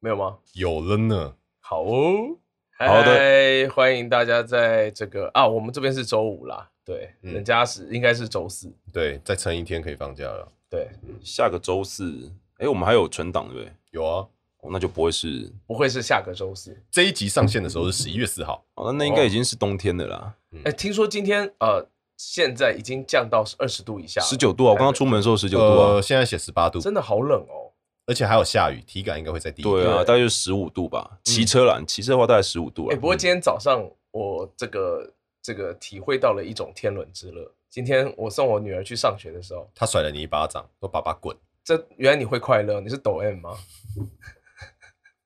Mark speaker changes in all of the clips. Speaker 1: 没有吗？
Speaker 2: 有了呢。
Speaker 1: 好哦，
Speaker 2: 好的
Speaker 1: 嗨，欢迎大家在这个啊，我们这边是周五啦，对，
Speaker 2: 嗯
Speaker 1: 人家是应该是周四，
Speaker 2: 对，再撑一天可以放假了。
Speaker 1: 对，
Speaker 3: 下个周四，哎、我们还有存档对不对？
Speaker 2: 有啊，
Speaker 3: 哦，那就不会是
Speaker 1: 不会是下个周四。
Speaker 2: 这一集上线的时
Speaker 1: 嗯
Speaker 2: 候是十一月四号，
Speaker 3: 哦，那那应该已经是冬天的啦，
Speaker 1: 哎、听说今天呃，现在已经降到二十度以下了，
Speaker 3: 十九、度啊！我刚刚出门的时候十九度啊，
Speaker 2: 呃，现在写十八度，
Speaker 1: 真的好冷哦。
Speaker 2: 而且还有下雨，体感应该会再低一点。
Speaker 3: 对嗯啊，
Speaker 1: 对
Speaker 3: 大概就十五度吧。骑车啦，你骑车的话大概十五度
Speaker 1: 哎、
Speaker 3: 啊。
Speaker 1: 不过今天早上我这个这个体会到了一种天伦之乐。今天我送我女儿去上学的时候，
Speaker 2: 他甩了你一巴掌，说：“爸爸滚
Speaker 1: 这原来你会快乐，你是抖 M 吗？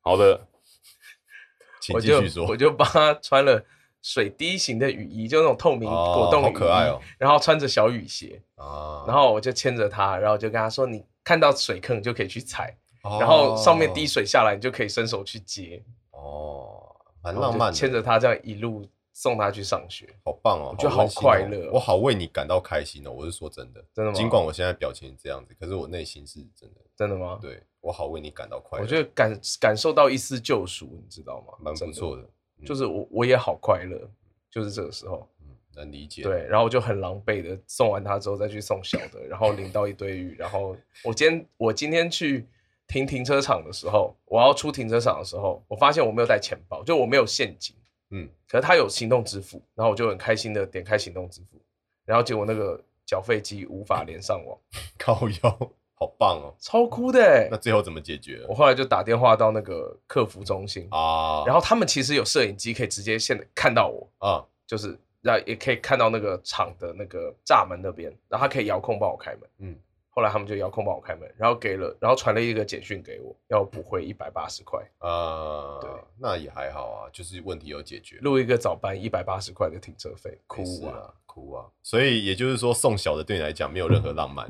Speaker 3: 好的，！”
Speaker 2: 请
Speaker 1: 我
Speaker 2: 继
Speaker 1: 就
Speaker 2: 续说。
Speaker 1: 我就帮她穿了水滴型的雨衣，就那种透明果冻
Speaker 2: 好
Speaker 1: 雨衣，
Speaker 2: 可爱哦。
Speaker 1: 然后穿着小雨鞋，
Speaker 2: 啊
Speaker 1: 然后我就牵着她，然后就跟她说：“你看到水坑你就可以去踩，
Speaker 2: 后
Speaker 1: 然后上面滴水下来，你就可以伸手去接。
Speaker 2: 哦，蛮
Speaker 1: 然后
Speaker 2: 浪
Speaker 1: 就
Speaker 2: 漫的，
Speaker 1: 牵着她这样一路送她去上学。
Speaker 2: 好棒哦，
Speaker 1: 我觉得
Speaker 2: 温馨哦
Speaker 1: 好快乐哦
Speaker 2: 我好为你感到开心哦。我是说真的，
Speaker 1: 真的吗
Speaker 2: 尽管我现在表情这样子，可是我内心是真的，
Speaker 1: 真的吗？
Speaker 2: 对我好为你感到快乐，
Speaker 1: 我觉得感感受到一丝救赎，你知道吗？
Speaker 2: 蛮不错
Speaker 1: 的，
Speaker 2: 的，嗯
Speaker 1: 就是我我也好快乐，就是这个时候。
Speaker 2: 嗯，能理解。
Speaker 1: 对，然后我就很狼狈的送完他之后再去送小的，然后淋到一堆雨。然后我今天我今天去停停车场的时候，我要出停车场的时候，我发现我没有带钱包，就我没有现金，
Speaker 2: 嗯，
Speaker 1: 可是他有行动支付，然后我就很开心的点开行动支付，然后结果那个缴费机无法连上网，
Speaker 2: 靠腰，好棒哦。
Speaker 1: 超酷的、欸
Speaker 2: 那。最后怎么解决
Speaker 3: 哦
Speaker 1: 我后来就打电话到那个客服中心，
Speaker 2: 啊？
Speaker 1: 然后他们其实有摄影机可以直接现看到我，
Speaker 2: 啊，
Speaker 1: 就是让也可以看到那个厂的那个栅门那边，然后他可以遥控帮我开门。
Speaker 2: 嗯，
Speaker 1: 后来他们就遥控帮我开门，然后给了，然后传了一个简讯给我，要我补回一百八十块，
Speaker 2: 啊，
Speaker 1: 对，
Speaker 2: 那也还好啊，就是问题有解决，
Speaker 1: 录一个早班一百八十块的停车费，哭
Speaker 2: 没事
Speaker 1: 啊！
Speaker 2: 啊，哭啊。所以也就是说，送小的对你来讲没有任何浪漫，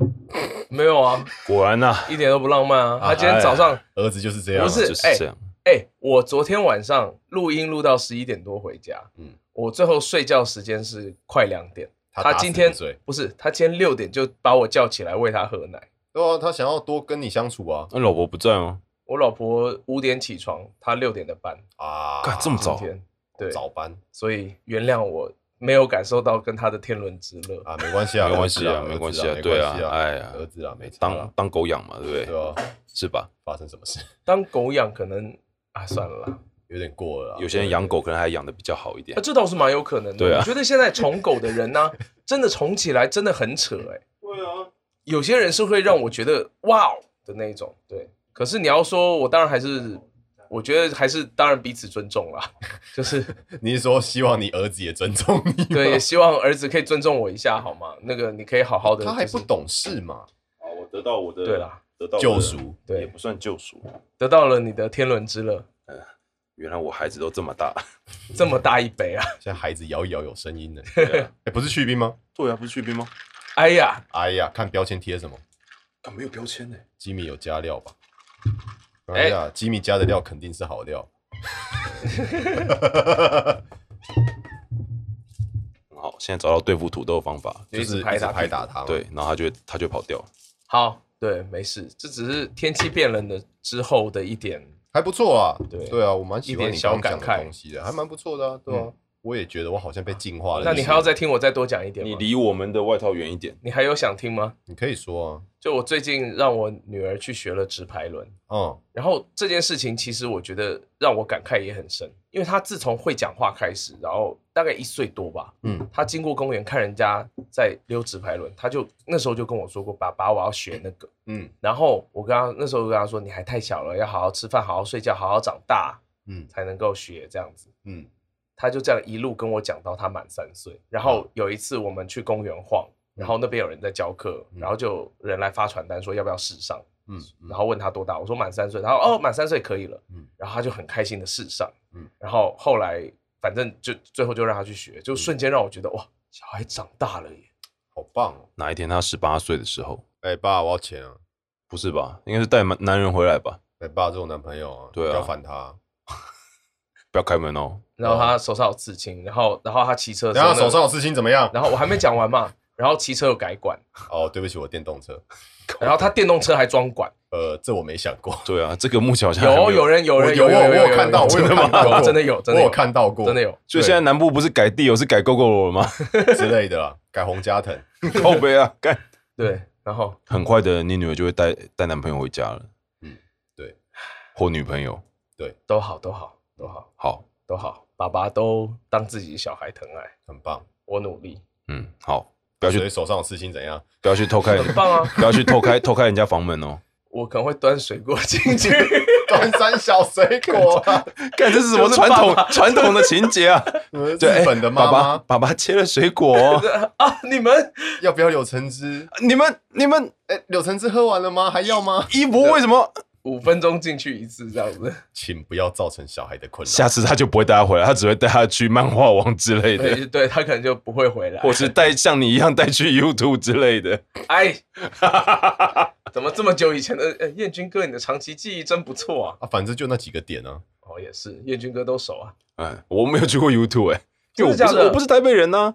Speaker 1: 没有啊，
Speaker 3: 果然呐、
Speaker 1: 一点都不浪漫啊！
Speaker 2: 啊
Speaker 1: 他今天早上，
Speaker 2: 儿子就是这样啊，
Speaker 1: 不是
Speaker 3: 就是这样。
Speaker 1: 哎、我昨天晚上录音录到十一点多回家，嗯
Speaker 2: 嗯，
Speaker 1: 我最后睡觉时间是快两点。
Speaker 2: 他
Speaker 1: 他
Speaker 2: 打
Speaker 1: 今
Speaker 2: 死
Speaker 1: 天
Speaker 2: 不睡
Speaker 1: 不是他今天六点就把我叫起来喂他喝奶。
Speaker 2: 对啊，他想要多跟你相处啊
Speaker 3: 那、老婆不在哦吗？
Speaker 1: 我老婆五点起床，她六点的班。
Speaker 2: 啊，
Speaker 3: 干这么早
Speaker 1: 今天对，
Speaker 2: 早班
Speaker 1: 所以原谅我没有感受到跟他的天伦之乐。
Speaker 2: 啊，没关系啊，
Speaker 3: 没关系啊
Speaker 2: 儿子
Speaker 3: 没关系啊
Speaker 2: 儿子
Speaker 3: 对啊
Speaker 2: 没关系
Speaker 3: 哎呀
Speaker 2: 儿子啊，没差
Speaker 3: 当
Speaker 2: 啦，
Speaker 3: 当狗养嘛，对不对？
Speaker 2: 对啊，
Speaker 3: 是吧？
Speaker 2: 发生什么事
Speaker 1: 当狗养可能啊，算了啦，
Speaker 2: 有点过了啊，
Speaker 3: 有些人养狗可能还养的比较好一点
Speaker 1: 啊，。这倒是蛮有可能的。
Speaker 3: 对啊
Speaker 1: 我觉得现在宠狗的人呢、 真的宠起来真的很扯哎、
Speaker 2: 对啊，
Speaker 1: 有些人是会让我觉得哇哦的那一种，对。可是你要说，我当然还是，我觉得还是当然彼此尊重啦， 就是
Speaker 2: 你是说希望你儿子也尊重你吗？
Speaker 1: 对，也希望儿子可以尊重我一下好吗？那个你可以好好的、
Speaker 2: 他还
Speaker 1: 就是
Speaker 2: 不懂事嘛，
Speaker 3: 啊，我得到我的
Speaker 1: 对啦，
Speaker 3: 得到
Speaker 2: 救赎，
Speaker 1: 对，
Speaker 3: 算救赎。
Speaker 1: 得到了你的天伦之乐，
Speaker 3: 原来我孩子都这么大。
Speaker 1: 这么大一杯啊！
Speaker 2: 现在孩子摇一摇有 声音了，
Speaker 3: 对啊，
Speaker 2: 哎，不是去冰吗？
Speaker 3: 对啊不是去冰吗？
Speaker 1: 哎呀，
Speaker 2: 哎呀，看标签贴什么，
Speaker 3: 啊，没有标签呢、
Speaker 2: 吉米有加料吧？
Speaker 1: 哎
Speaker 2: 哎呀，吉米加的料肯定是好料，
Speaker 3: 很好，现在找到对付土豆的方法，
Speaker 1: 就一
Speaker 2: 就
Speaker 1: 直
Speaker 2: 是一
Speaker 1: 拍
Speaker 2: 直
Speaker 1: 打
Speaker 2: 拍打他嘛。
Speaker 3: 对，然后他就他就跑掉了。
Speaker 1: 好，对，没事，这只是天气变冷的之后的一点。
Speaker 2: 还不错啊，
Speaker 1: 对
Speaker 2: 对啊，我蛮喜欢你刚刚
Speaker 1: 一点小
Speaker 2: 讲
Speaker 1: 感
Speaker 2: 的
Speaker 1: 慨嗯
Speaker 2: 东西的，还蛮不错的啊，对啊，我也觉得我好像被净化了。
Speaker 1: 那你还要再听我再多讲一点吗？
Speaker 3: 你离我们的外套远一点。
Speaker 1: 你还有想听吗？
Speaker 2: 你可以说
Speaker 1: 就我最近让我女儿去学了直排轮，
Speaker 2: 啊，
Speaker 1: 然后这件事情其实我觉得让我感慨也很深，因为她自从会讲话开始，然后大概一岁多吧，
Speaker 2: 嗯嗯，
Speaker 1: 她经过公园看人家在溜直排轮，她就那时候就跟我说过，爸爸我要学那个。
Speaker 2: 嗯
Speaker 1: 然后我跟她那时候我跟她说，你还太小了，要好好吃饭，好好睡觉，好好长大
Speaker 2: 嗯
Speaker 1: 才能够学这样子。
Speaker 2: 嗯
Speaker 1: 他就这样一路跟我讲到他满三岁。然
Speaker 2: 嗯
Speaker 1: 后有一次我们去公园晃，然后那边有人在教课，
Speaker 2: 嗯
Speaker 1: 然后就有人来发传单说要不要试上，
Speaker 2: 嗯，
Speaker 1: 然后问他多大，我说满三岁，他说哦满三岁可以了
Speaker 2: 嗯，
Speaker 1: 然后他就很开心的试上
Speaker 2: 嗯，
Speaker 1: 然后后来反正就最后就让他去学，
Speaker 2: 嗯
Speaker 1: 就瞬间让我觉得哇小孩长大了耶，
Speaker 2: 好棒哦！
Speaker 3: 哪一天他十八岁的时候，
Speaker 2: 哎爸，我要钱啊！
Speaker 3: 不是吧？应该是带男男人回来吧？
Speaker 2: 哎爸，这种男朋友啊，
Speaker 3: 对啊
Speaker 2: 不要烦他。
Speaker 3: 不要开门哦。
Speaker 1: 然后他手上有刺青，然后然后他骑车的时
Speaker 2: 然
Speaker 1: 候
Speaker 2: 后
Speaker 1: 呢，
Speaker 2: 手上有事情怎么样？
Speaker 1: 然后我还没讲完嘛，然后骑车有改 管，
Speaker 2: 哦，对不起，我电动车，
Speaker 1: 然后他电动车还装管，
Speaker 2: 呃，这我没想过，
Speaker 4: 对啊，这个目前好像还没
Speaker 1: 有有人有人
Speaker 2: 我
Speaker 1: 有
Speaker 2: 有我有
Speaker 1: 有
Speaker 2: 看到，我
Speaker 1: 真
Speaker 2: 有
Speaker 1: 的
Speaker 2: 看
Speaker 1: 吗？
Speaker 2: 到，
Speaker 1: 真的有真
Speaker 2: 我
Speaker 1: 的
Speaker 2: 有
Speaker 1: 有
Speaker 2: 看到过，
Speaker 1: 真的有，
Speaker 4: 所以现在南部不是改地油是改 GoGo 了吗？
Speaker 2: 之类的啦，改红加藤，
Speaker 4: 靠背啊，干！
Speaker 1: 对，然后
Speaker 4: 很快的，你女儿就会带带男朋友回家了。
Speaker 2: 嗯
Speaker 4: 嗯，
Speaker 2: 对，
Speaker 4: 或女朋友。
Speaker 1: 都好都好都好
Speaker 4: 好，
Speaker 1: 都好，爸爸都当自己小孩疼爱，
Speaker 2: 很棒。
Speaker 1: 我努 力，
Speaker 4: 嗯，好，不要
Speaker 2: 所
Speaker 4: 去
Speaker 2: 以手上有事情怎样？
Speaker 4: 不要去偷看，
Speaker 1: 很棒啊！
Speaker 4: 不要去偷开偷开人家房门哦。
Speaker 1: 我可能会端水果进 去，
Speaker 2: 端山小水果啊，
Speaker 4: 看这是什么 传统传统的情节啊？
Speaker 2: 日
Speaker 4: 对，哎
Speaker 2: 本的妈
Speaker 4: 爸爸
Speaker 2: 妈
Speaker 4: 爸爸切了水果哦，
Speaker 1: 啊！你们
Speaker 2: 要不要柳橙汁？
Speaker 4: 你们你们
Speaker 2: 哎，柳橙汁喝完了吗？还要吗？
Speaker 4: 衣服为什么？
Speaker 1: 五分钟进去一次这样子，
Speaker 2: 请不要造成小孩的困扰。
Speaker 4: 下次他就不会带他回来，他只会带他去漫画网之类的，
Speaker 1: 对对，他可能就不会回来。
Speaker 4: 或是带像你一样带去 YouTube 之类的。
Speaker 1: 哎， 怎么这么久以前的？呃，彦君哥，你的长期记忆真不错啊！
Speaker 2: 啊，反正就那几个点啊，
Speaker 1: 哦，也是，彦君哥都熟啊。
Speaker 4: 哎，我没有去过 YouTube 哎、因
Speaker 1: 真的
Speaker 4: 为我不
Speaker 1: 假
Speaker 4: 是
Speaker 1: 的
Speaker 4: 我不是台北人呐、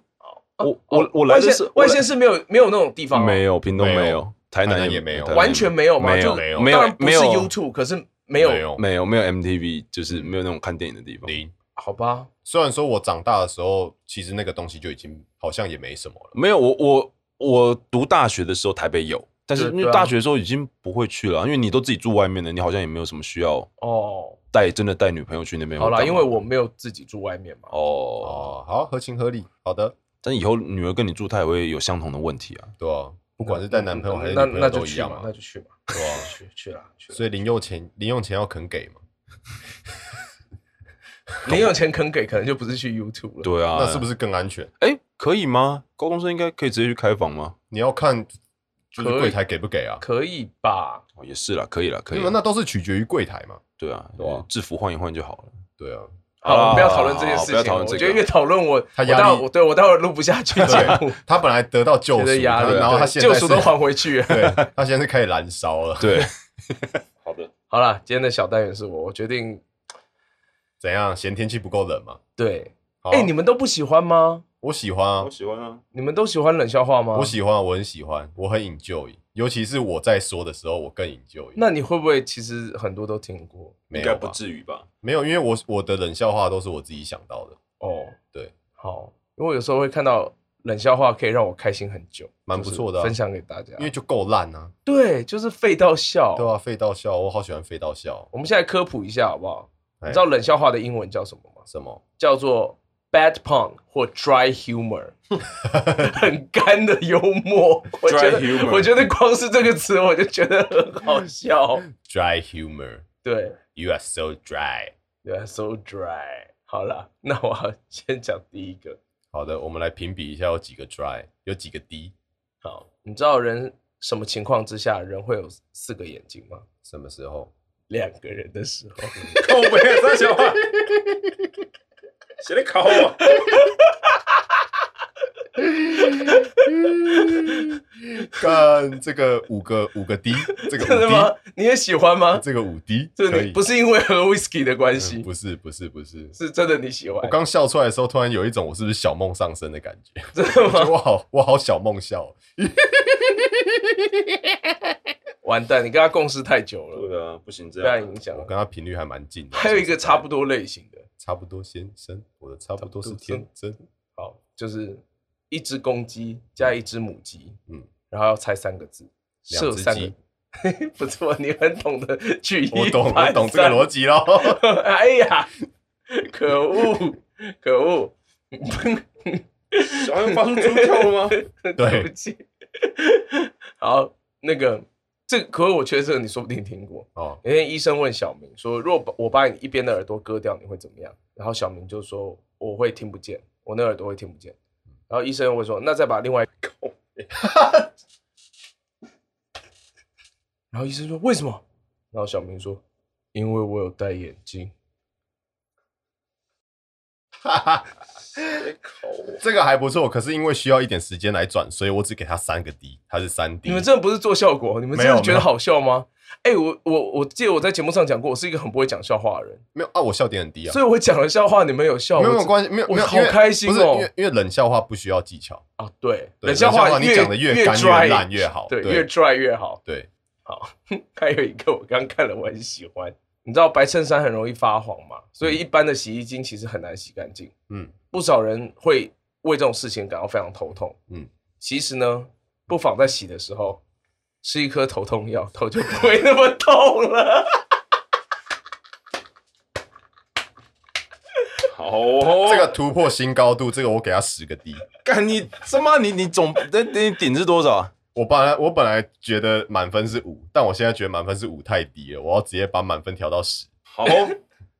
Speaker 4: 我我我
Speaker 1: 哦外
Speaker 4: 来的
Speaker 1: 县
Speaker 4: 是
Speaker 1: 外县市没有没有那种地方哦，
Speaker 4: 没有，屏东
Speaker 2: 没有
Speaker 4: 没有，台
Speaker 2: 台
Speaker 4: 南
Speaker 2: 南也没有
Speaker 4: 台南
Speaker 1: 完全没有吗？
Speaker 4: 没有
Speaker 1: 就
Speaker 2: 没有
Speaker 4: 没有
Speaker 1: 当然不
Speaker 4: 没
Speaker 1: 是
Speaker 4: 有
Speaker 1: YouTube，可是没有，
Speaker 4: 没有没有 MTV，就是没有那种看电影的地方。
Speaker 2: 零。
Speaker 1: 好吧？
Speaker 2: 虽然说我长大的时候，其实那个东西就已经好像也没什么了。
Speaker 4: 没有，我我我读大学的时候台北有，但是
Speaker 1: 对
Speaker 4: 因为
Speaker 1: 对啊
Speaker 4: 大学的时候已经不会去了，因为你都自己住外面了，你好像也没有什么需要
Speaker 1: 哦，
Speaker 4: 带真的带女朋友去那边或
Speaker 1: 好
Speaker 4: 干嘛的。
Speaker 1: 啦，因为我没有自己住外面嘛。
Speaker 4: 哦，
Speaker 2: 哦，好，合情合理。好的，
Speaker 4: 但以后女儿跟你住，她也会有相同的问题啊。
Speaker 2: 对啊，不管是带男朋友还是
Speaker 1: 那
Speaker 2: 女朋
Speaker 1: 那
Speaker 2: 友
Speaker 1: 就
Speaker 2: 都一
Speaker 1: 去
Speaker 2: 样
Speaker 1: 嘛，那
Speaker 2: 嘛。
Speaker 1: 就 去嘛，
Speaker 2: 对啊
Speaker 1: 去去啦去啦。
Speaker 2: 所以零用钱，零用钱要肯给嘛。
Speaker 1: 零用钱肯给，可能就不是去 YouTube 了。
Speaker 4: 对啊，
Speaker 2: 那是不
Speaker 4: 是？
Speaker 2: 是更安全？
Speaker 4: 哎，可以吗？高中生应该可以直接去开房吗？
Speaker 2: 你要看就是
Speaker 1: 可以
Speaker 2: 柜台给不给啊？
Speaker 1: 可以吧？
Speaker 4: 哦，也是啦，可以啦，可以
Speaker 2: 因
Speaker 4: 啦。
Speaker 2: 为那都是取决于柜台嘛。
Speaker 4: 对啊，
Speaker 2: 对啊
Speaker 4: 制服换一换就好了。
Speaker 2: 对啊，
Speaker 1: 好，我们不要讨论这件
Speaker 4: 好
Speaker 1: 事情
Speaker 4: 不要
Speaker 1: 了。
Speaker 4: 讨论
Speaker 1: 我
Speaker 4: 这
Speaker 1: 觉得越
Speaker 4: 个。
Speaker 1: 讨论我，
Speaker 2: 他
Speaker 1: 我
Speaker 2: 压
Speaker 1: 待
Speaker 2: 力
Speaker 1: 会我对我待会录不 下去节目，
Speaker 2: 他本来得到救
Speaker 1: 觉
Speaker 2: 赎
Speaker 1: 得，压力，
Speaker 2: 他然后他
Speaker 1: 对
Speaker 2: 现在
Speaker 1: 救
Speaker 2: 是
Speaker 1: 赎都还回去了。
Speaker 2: 对他现在是开始燃烧了。
Speaker 4: 对，好 的。
Speaker 1: 好了，今天的小单元是我，我决定
Speaker 2: 怎样？嫌天气不够冷嘛？
Speaker 1: 对。
Speaker 2: 好啊
Speaker 1: 哎，你们都不喜欢吗？
Speaker 2: 我喜欢啊，
Speaker 4: 喜欢啊。
Speaker 1: 你们都喜欢冷笑话吗？
Speaker 2: 我。喜欢啊，我很喜欢，我很 enjoy，尤其是我在说的时候，我更 enjoy。
Speaker 1: 那你会不会其实很多都听过？
Speaker 2: 没有吧？
Speaker 4: 至于吧？
Speaker 2: 没有，因为我我的冷笑话都是我自己想到的，
Speaker 1: 哦，
Speaker 2: 对，
Speaker 1: 好，因为我有时候会看到冷笑话，可以让我开心很久，
Speaker 2: 蛮
Speaker 1: 就是
Speaker 2: 不错的啊
Speaker 1: 分享给大家。
Speaker 2: 因为就够烂啊。
Speaker 1: 对，就是废到笑。
Speaker 2: 对啊，废到笑，我好喜欢废到笑。
Speaker 1: 我们现在科普一下好不好？你
Speaker 2: 哎
Speaker 1: 知道冷笑话的英文叫什么吗？
Speaker 2: 什么？
Speaker 1: 叫做 bad pun 或 dry humor，很干的幽默。我觉
Speaker 4: Dry
Speaker 1: 得
Speaker 4: humor
Speaker 1: 我觉得光是这个词我就觉得很好 笑。
Speaker 2: Dry humor,
Speaker 1: 对
Speaker 2: you are so dry。
Speaker 1: ，You're so dry。好了，那我要先讲第一个。
Speaker 2: 好的，我们来评比一下有几个 dry，有几个 D。
Speaker 1: 好，你知道人什么情况之下人会有四个眼睛吗？
Speaker 2: 什么时候？
Speaker 1: 两个人的 时候。
Speaker 4: 靠背在笑话，谁在考我？
Speaker 2: 干这个五个五个 D，这个
Speaker 1: 真的
Speaker 2: 五
Speaker 1: 吗？你也喜欢
Speaker 2: D，
Speaker 1: 吗？
Speaker 2: 啊这个五 D
Speaker 1: 这
Speaker 2: 可
Speaker 1: 你
Speaker 2: 以
Speaker 1: 不是因为喝 whisky 的关
Speaker 2: 嗯
Speaker 1: 系，
Speaker 2: 不是不是不是，
Speaker 1: 是真的你喜欢。
Speaker 2: 我刚笑出来的时候，突然有一种我是不是小梦上身的感 觉，
Speaker 1: 真的
Speaker 2: 我觉
Speaker 1: 吗？
Speaker 2: 得我好我好小梦笑。哦
Speaker 1: 完蛋，你跟他共事太久了，
Speaker 4: 对啊，不行这
Speaker 1: 被他影响
Speaker 2: 我
Speaker 1: 了。
Speaker 2: 跟他频率还蛮近的。
Speaker 1: 还有一个差不
Speaker 2: 多
Speaker 1: 多类型的，
Speaker 2: 差不多先生，我的差不多是天真。
Speaker 1: 好，就是一只公鸡加一只母鸡，
Speaker 2: 嗯
Speaker 1: 嗯，然后要猜三个字，
Speaker 2: 两
Speaker 1: 射
Speaker 2: 只
Speaker 1: 三
Speaker 2: 鸡
Speaker 1: 个。 不错，你很懂得举一
Speaker 2: 我懂我
Speaker 1: 反
Speaker 2: 懂这个
Speaker 1: 三
Speaker 2: 逻辑咯。
Speaker 1: 哎呀，可恶，可恶！
Speaker 4: 小孩发出猪叫 了吗？
Speaker 1: 对不起。好，那个这可是我觉得这个你说不定听过。
Speaker 2: 哦，
Speaker 1: 有一天医生问小明说：“如果把我把你一边的耳朵割掉，你会怎么样？”然后小明就说：“我会听不见，我那耳朵会听不见。”然后医生又会说：“那再把另外一口。” 然后医生说：“为什么？”然后小明说：“因为我有戴眼镜。
Speaker 2: 哈哈，
Speaker 4: 考我？
Speaker 2: 这个还不错，可是因为需要一点时间来转，所以我只给他三个 D，他是三”D。
Speaker 1: 你们真的不是做效果？你们
Speaker 2: 没
Speaker 1: 真
Speaker 2: 有
Speaker 1: 的觉
Speaker 2: 没有
Speaker 1: 得好笑吗？哎、我我我记得我在节目上讲过，我是一个很不会讲笑话的人，
Speaker 2: 没有啊，我笑点很低啊
Speaker 1: 所，以我讲了笑话，你们有笑，
Speaker 2: 没有没
Speaker 1: 啊我
Speaker 2: 有关系，没有
Speaker 1: 我
Speaker 2: 没有，
Speaker 1: 好
Speaker 2: 因为
Speaker 1: 开心
Speaker 2: 不是
Speaker 1: 哦
Speaker 2: 因为因为冷笑话不需要技巧，
Speaker 1: 啊，对，
Speaker 2: 对
Speaker 1: 冷笑话
Speaker 2: 你讲的
Speaker 1: 越
Speaker 2: 干越
Speaker 1: dry
Speaker 2: 烂越好，
Speaker 1: 对，
Speaker 2: 对
Speaker 1: 越 dry 越好。
Speaker 2: 对，
Speaker 1: 好， 还有一个我刚看了，我很喜欢。你知道白衬衫很容易发黄嘛，所以一般的洗衣精其实很难洗干净。
Speaker 2: 嗯，
Speaker 1: 不少人会为这种事情感到非常头痛。
Speaker 2: 嗯，
Speaker 1: 其实呢，不妨在洗的时候吃一颗头痛药，头就不会那么痛了。
Speaker 3: 好哦，
Speaker 2: 这个突破新高度，这个我给他十个低。
Speaker 4: 干你他妈你你总那你顶是多少啊？
Speaker 2: 我本来我本来觉得满分是五，但我现在觉得满分是五太低了，我要直接把满分调到十。
Speaker 4: 好，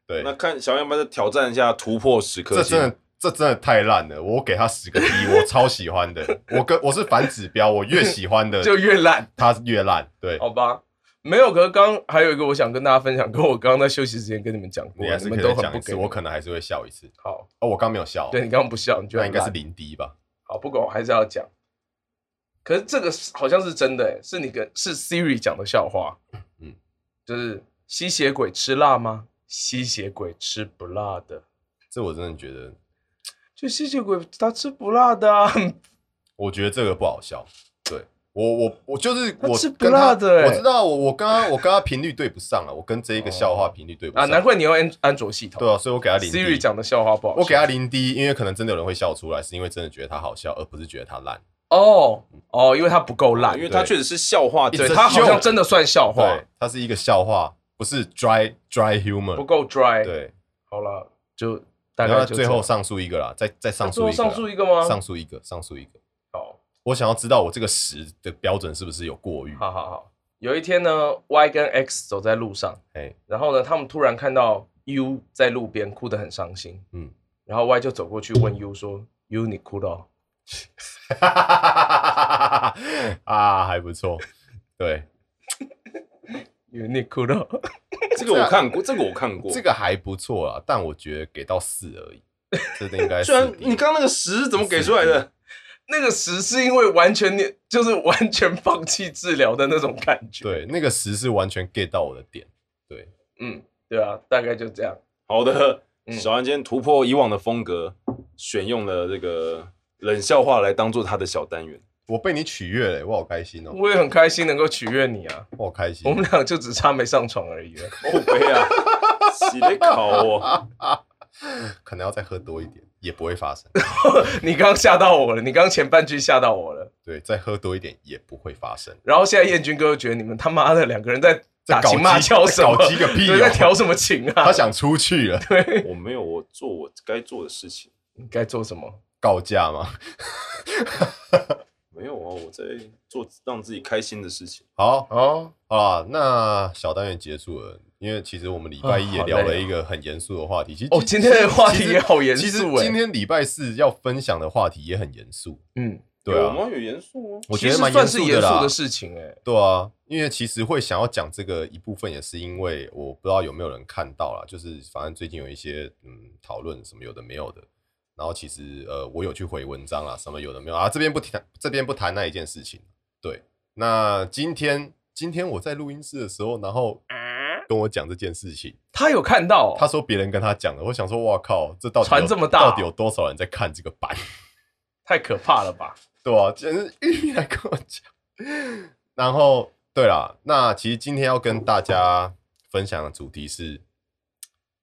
Speaker 2: 对
Speaker 4: 那，看小样班再挑战一下突破十颗
Speaker 2: 这
Speaker 4: 星
Speaker 2: 真。的这真的太烂了，我给他十个低，我超喜欢的。我跟我是反指标，我越喜欢的
Speaker 1: 就越哦烂，
Speaker 2: 他越烂。对，
Speaker 1: 好吧？没有，可是刚还有一个我想跟大家分享，跟我刚刚在休息时间跟你们讲过，
Speaker 2: 你还是
Speaker 1: 们
Speaker 2: 可以
Speaker 1: 都
Speaker 2: 再
Speaker 1: 很
Speaker 2: 讲
Speaker 1: 不
Speaker 2: 一
Speaker 1: 给
Speaker 2: 次，
Speaker 1: 力
Speaker 2: 我可能还是会笑一次。
Speaker 1: 好。
Speaker 2: 哦，我刚没有笑，
Speaker 1: 对，你刚刚不笑，你觉得
Speaker 2: 那
Speaker 1: 很
Speaker 2: 应该是
Speaker 1: 烂
Speaker 2: 零低吧？
Speaker 1: 好，不管我还是要讲。可是这个是好像是真的、欸，是你跟是 Siri 讲的笑话，嗯
Speaker 2: 嗯，
Speaker 1: 就是吸血鬼吃辣吗？吸血鬼吃不辣的，
Speaker 2: 这我真的觉得，
Speaker 1: 就吸血鬼他吃不辣的啊，
Speaker 2: 我觉得这个不好笑。对我我我就是
Speaker 1: 他
Speaker 2: 我
Speaker 1: 吃不
Speaker 2: 跟他
Speaker 1: 辣的欸
Speaker 2: 我知道我我跟他我跟他频率对不上啊了，我跟这一个笑话频率对不
Speaker 1: 啊，
Speaker 2: 上。
Speaker 1: 难怪你用安安卓系统，
Speaker 2: 对啊，所以我给他零
Speaker 1: Siri
Speaker 2: 低。
Speaker 1: 讲的笑话不好笑，
Speaker 2: 我给他零低，因为可能真的有人会笑出来，是因为真的觉得他好笑，而不是觉得他烂。
Speaker 1: 哦哦，因为他不够烂，
Speaker 4: 因为
Speaker 1: 对
Speaker 4: 他确实是笑话，
Speaker 2: 一
Speaker 1: 对
Speaker 2: 直
Speaker 1: 他好像
Speaker 2: joke
Speaker 1: 真的算笑话
Speaker 2: 对，，它是一个笑话，不是 dry dry humor。
Speaker 1: 不够 dry，，
Speaker 2: 对，
Speaker 1: 好了，就大
Speaker 2: 然后
Speaker 1: 概就
Speaker 2: 最后
Speaker 1: 这样
Speaker 2: 上诉一个啦，再再上
Speaker 1: 最
Speaker 2: 诉
Speaker 1: 后
Speaker 2: 一个
Speaker 1: 上诉一个啊
Speaker 2: 啦，
Speaker 1: 吗？
Speaker 2: 上诉一个，上诉一个。
Speaker 1: 好。
Speaker 2: 我想要知道我这个十的标准是不是有过誉？
Speaker 1: 好好好，有一天呢，Y 跟 X 走在路上，
Speaker 2: 哎，
Speaker 1: 然后呢，他们突然看到 U 在路边哭得很伤心，
Speaker 2: 嗯，
Speaker 1: 然后 Y 就走过去问 U 说：“U 你哭了哦、
Speaker 2: 啊，还不错，对，
Speaker 1: u 你哭 了哦。
Speaker 4: 这个我看过，这个我看过。
Speaker 2: 这个还不错啦，但我觉得给到四而已，这 应该
Speaker 4: 虽然
Speaker 2: 四
Speaker 4: 你刚刚那个十怎么给出来的？
Speaker 1: 那个十是因为完全你就是完全放弃治疗的那种感觉，，
Speaker 2: 对那个十是完全 get 到我的点，对，
Speaker 1: 嗯，对啊，大概就这样。
Speaker 4: 好的，
Speaker 1: 嗯
Speaker 4: 小安今天突破以往的风格，选用了这个冷笑话来当做他的小单元。
Speaker 2: 我被你取悦了，我好开心哦，
Speaker 1: 我也很开心能够取悦你啊，
Speaker 2: 我好开心
Speaker 1: 我，们俩就只差没上床而已了。
Speaker 4: 哦，贝啊， 洗得烤哦，
Speaker 2: 可能要再喝多一点，也不会发生。
Speaker 1: 你刚吓到我了，你刚前半句吓到我了，
Speaker 2: 对，再喝多一点也不会发生。
Speaker 1: 然后现在燕军哥就觉得你们他妈的两个人在
Speaker 2: 在
Speaker 1: 打
Speaker 2: 搞
Speaker 1: 情骂
Speaker 2: 基
Speaker 1: 俏
Speaker 2: 在
Speaker 1: 什么？
Speaker 2: 搞基个屁
Speaker 1: 对
Speaker 2: 哦
Speaker 1: 在调什么情啊？
Speaker 2: 他想出去了，
Speaker 4: 我没有，我做我该做的事情。
Speaker 1: 你该做什么？
Speaker 2: 告假吗？
Speaker 4: 没有啊，我在做让自己开心的事情。
Speaker 2: 好
Speaker 1: 哦，
Speaker 2: 啊，那小单元结束了，因为其实我们礼拜一也聊
Speaker 1: 啊好累哦
Speaker 2: 了一个很严肃的话题。哎其实
Speaker 1: 哦今天的话题
Speaker 2: 其实
Speaker 1: 也好严肃
Speaker 2: 其实
Speaker 1: 欸
Speaker 2: 今天礼拜四要分享的话题也很严肃，
Speaker 1: 嗯，
Speaker 2: 对
Speaker 4: 有
Speaker 2: 啊，
Speaker 4: 吗？有严肃哦吗？
Speaker 2: 我
Speaker 1: 其
Speaker 2: 觉
Speaker 1: 实
Speaker 2: 得蛮
Speaker 1: 算是严
Speaker 2: 的
Speaker 1: 肃
Speaker 2: 啦
Speaker 1: 的。事情哎、
Speaker 2: 对啊，因为其实会想要讲这个一部分，也是因为我不知道有没有人看到啦，就是反正最近有一些嗯讨论什么有的没有的，然后其实呃我有去回文章啦，什么有的没有啊，这边不谈这边不谈那一件事情。对，那今天今天我在录音室的时候，然后
Speaker 1: 啊
Speaker 2: 跟我讲这件事情，
Speaker 1: 他有看到、
Speaker 2: 他说别人跟他讲的，我想说哇靠，这到底有
Speaker 1: 哦传这么大
Speaker 2: 到底有多少人在看这个版？
Speaker 1: 太可怕了吧？
Speaker 2: 对啊，简直玉米来跟我讲。然后，对啦，那其实今天要跟大家分享的主题是，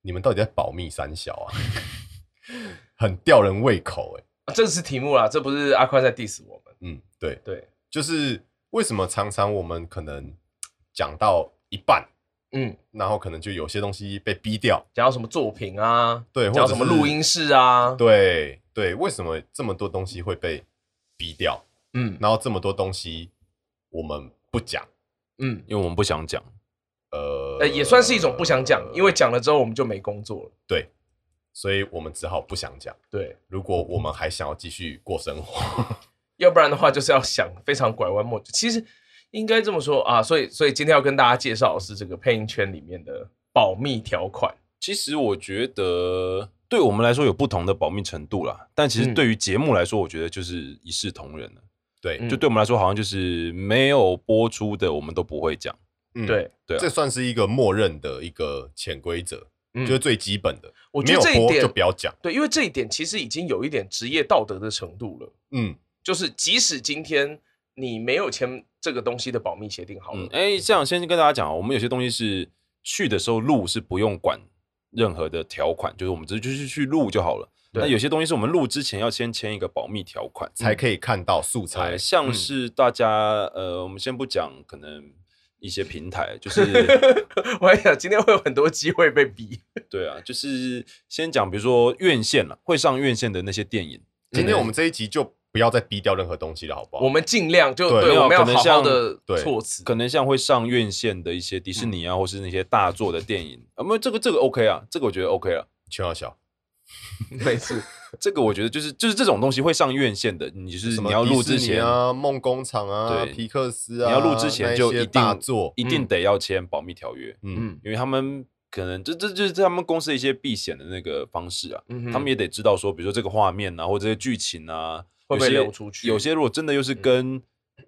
Speaker 2: 你们到底在保密三小啊？ 很吊人胃口哎、
Speaker 1: 啊这是题目啦，这不是阿宽在 diss 我们，
Speaker 2: 嗯，对，
Speaker 1: 对，
Speaker 2: 就是为什么常常我们可能讲到一半，
Speaker 1: 嗯，
Speaker 2: 然后可能就有些东西被逼掉，
Speaker 1: 讲到什么作品啊，
Speaker 2: 对，或
Speaker 1: 讲到
Speaker 2: 者
Speaker 1: 什么
Speaker 2: 是
Speaker 1: 录音，室啊，，
Speaker 2: 对对，为什么这么多东西会被逼掉？
Speaker 1: 嗯
Speaker 2: 然后这么多东西我们不讲，
Speaker 1: 嗯，
Speaker 4: 因为我们不想讲。
Speaker 2: 呃，
Speaker 1: 呃，也算是一种不想讲，因为讲了之后我们就没工作了，
Speaker 2: 对，所以我们只好不想讲。
Speaker 1: 对，
Speaker 2: 如果我们还想要继续过生活，
Speaker 1: 要不然的话就是要想非常拐弯抹角。其实应该这么说啊，所以所以今天要跟大家介绍的是这个配音圈里面的保密条款，
Speaker 4: 其实我觉得，对我们来说有不同的保密程度啦，但其实
Speaker 1: 嗯
Speaker 4: 对于节目来说，我觉得就是一视同仁了。
Speaker 2: 对，
Speaker 1: 嗯
Speaker 4: 就对我们来说，好像就是没有播出的，我们都不会讲，
Speaker 2: 嗯，
Speaker 1: 对，
Speaker 4: 对啊
Speaker 2: 这算是一个默认的一个潜规则，
Speaker 1: 嗯
Speaker 2: 就是最基本的。
Speaker 1: 我
Speaker 2: 没
Speaker 1: 觉得
Speaker 2: 有
Speaker 1: 这一
Speaker 2: 播
Speaker 1: 点
Speaker 2: 就不要讲。
Speaker 1: 对，因为这一点其实已经有一点职业道德的程度了，
Speaker 2: 嗯，
Speaker 1: 就是即使今天你没有签这个东西的保密协定好了，
Speaker 4: 嗯，哎，这样先跟大家讲啊，我们有些东西是去的时候录是不用管任何的条款，就是我们只就是去录就好了。
Speaker 1: 对
Speaker 4: 那有些东西是我们录之前要先签一个保密条款，
Speaker 2: 才可以看到素材
Speaker 4: 嗯呃，。
Speaker 1: 嗯
Speaker 4: 像是大家呃，我们先不讲可能一些平台，就 是
Speaker 1: 我还想今天会有很多机会被逼。
Speaker 4: 对啊，就是先讲比如说院线了，会上院线的那些电影，
Speaker 2: 今天我们这一集就不要再逼掉任何东西了，好不好？
Speaker 1: 我们尽量就
Speaker 2: 对
Speaker 1: 对，
Speaker 2: 没
Speaker 4: 有
Speaker 1: 我们要
Speaker 4: 可能
Speaker 1: 好好
Speaker 4: 像
Speaker 1: 的
Speaker 2: 对
Speaker 1: 措 辞。
Speaker 4: 可能像会上院线的一些迪士
Speaker 1: 嗯
Speaker 4: 尼啊，或是那些大作的电影，啊，没有这个这个 OK 啊，这个我觉得 OK 啊，
Speaker 2: 邱小小，
Speaker 1: 每次
Speaker 4: 这个我觉得就是就是这种东西会上院线的，你就是
Speaker 2: 什么
Speaker 4: 你要录
Speaker 2: 迪士尼
Speaker 4: 之前
Speaker 2: 啊，梦工厂啊，
Speaker 4: 对
Speaker 2: 皮克斯啊，
Speaker 4: 你要录之前就
Speaker 2: 那
Speaker 4: 一
Speaker 2: 些
Speaker 4: 定
Speaker 2: 大作。
Speaker 4: 一定得要签保密条约，
Speaker 2: 嗯，
Speaker 1: 嗯
Speaker 4: 因为他们可能这这这就是他们公司的一些避险的那个方式啊，
Speaker 1: 嗯哼
Speaker 4: 他们也得知道说，比如说这个画面啊，或者这个剧情啊，
Speaker 1: 会不会
Speaker 4: 有些
Speaker 1: 流出去嗯
Speaker 4: 有些如果真的又是跟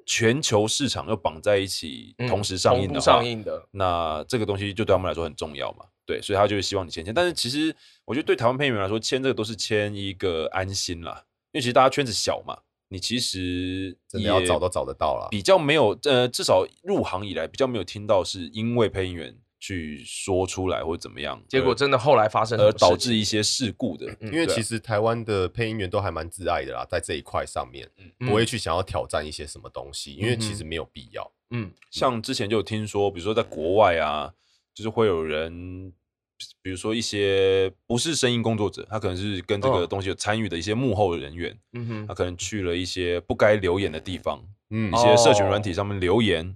Speaker 4: 全球市场又绑在一起，
Speaker 1: 嗯
Speaker 4: 同时上映
Speaker 1: 同
Speaker 4: 的
Speaker 1: 步
Speaker 4: 话，
Speaker 1: 上映的，
Speaker 4: 那这个东西就对他们来说很重要嘛，对，所以他就希望你签签。但是其实我觉得对台湾配音员来说，签这个都是签一个安心啦，因为其实大家圈子小嘛，你其实
Speaker 2: 真的要
Speaker 4: 也
Speaker 2: 找都找得到啦
Speaker 4: 比较没有呃，至少入行以来比较没有听到是因为配音员去说出来或者怎么样，
Speaker 1: 结果真的后来发生什
Speaker 4: 而
Speaker 1: 么事
Speaker 4: 导
Speaker 1: 情嗯
Speaker 4: 致一些事故的，
Speaker 2: 因为
Speaker 4: 对啊
Speaker 2: 其实台湾的配音员都还蛮自爱的啦，在这一块上面
Speaker 4: 嗯
Speaker 2: 不会去想要挑战一些什么东西，因为其实没有必要。
Speaker 1: 嗯
Speaker 4: 像之前就有听说，比如说在国外啊，就是会有人，比如说一些不是声音工作者，他可能是跟这个
Speaker 1: 嗯
Speaker 4: 东西有参与的一些幕后人员，
Speaker 1: 嗯
Speaker 4: 他
Speaker 1: 哼，
Speaker 4: 可能去了一些不该留言的地方，
Speaker 2: 嗯
Speaker 4: 一，些社群
Speaker 1: 哦
Speaker 4: 软体上面留言，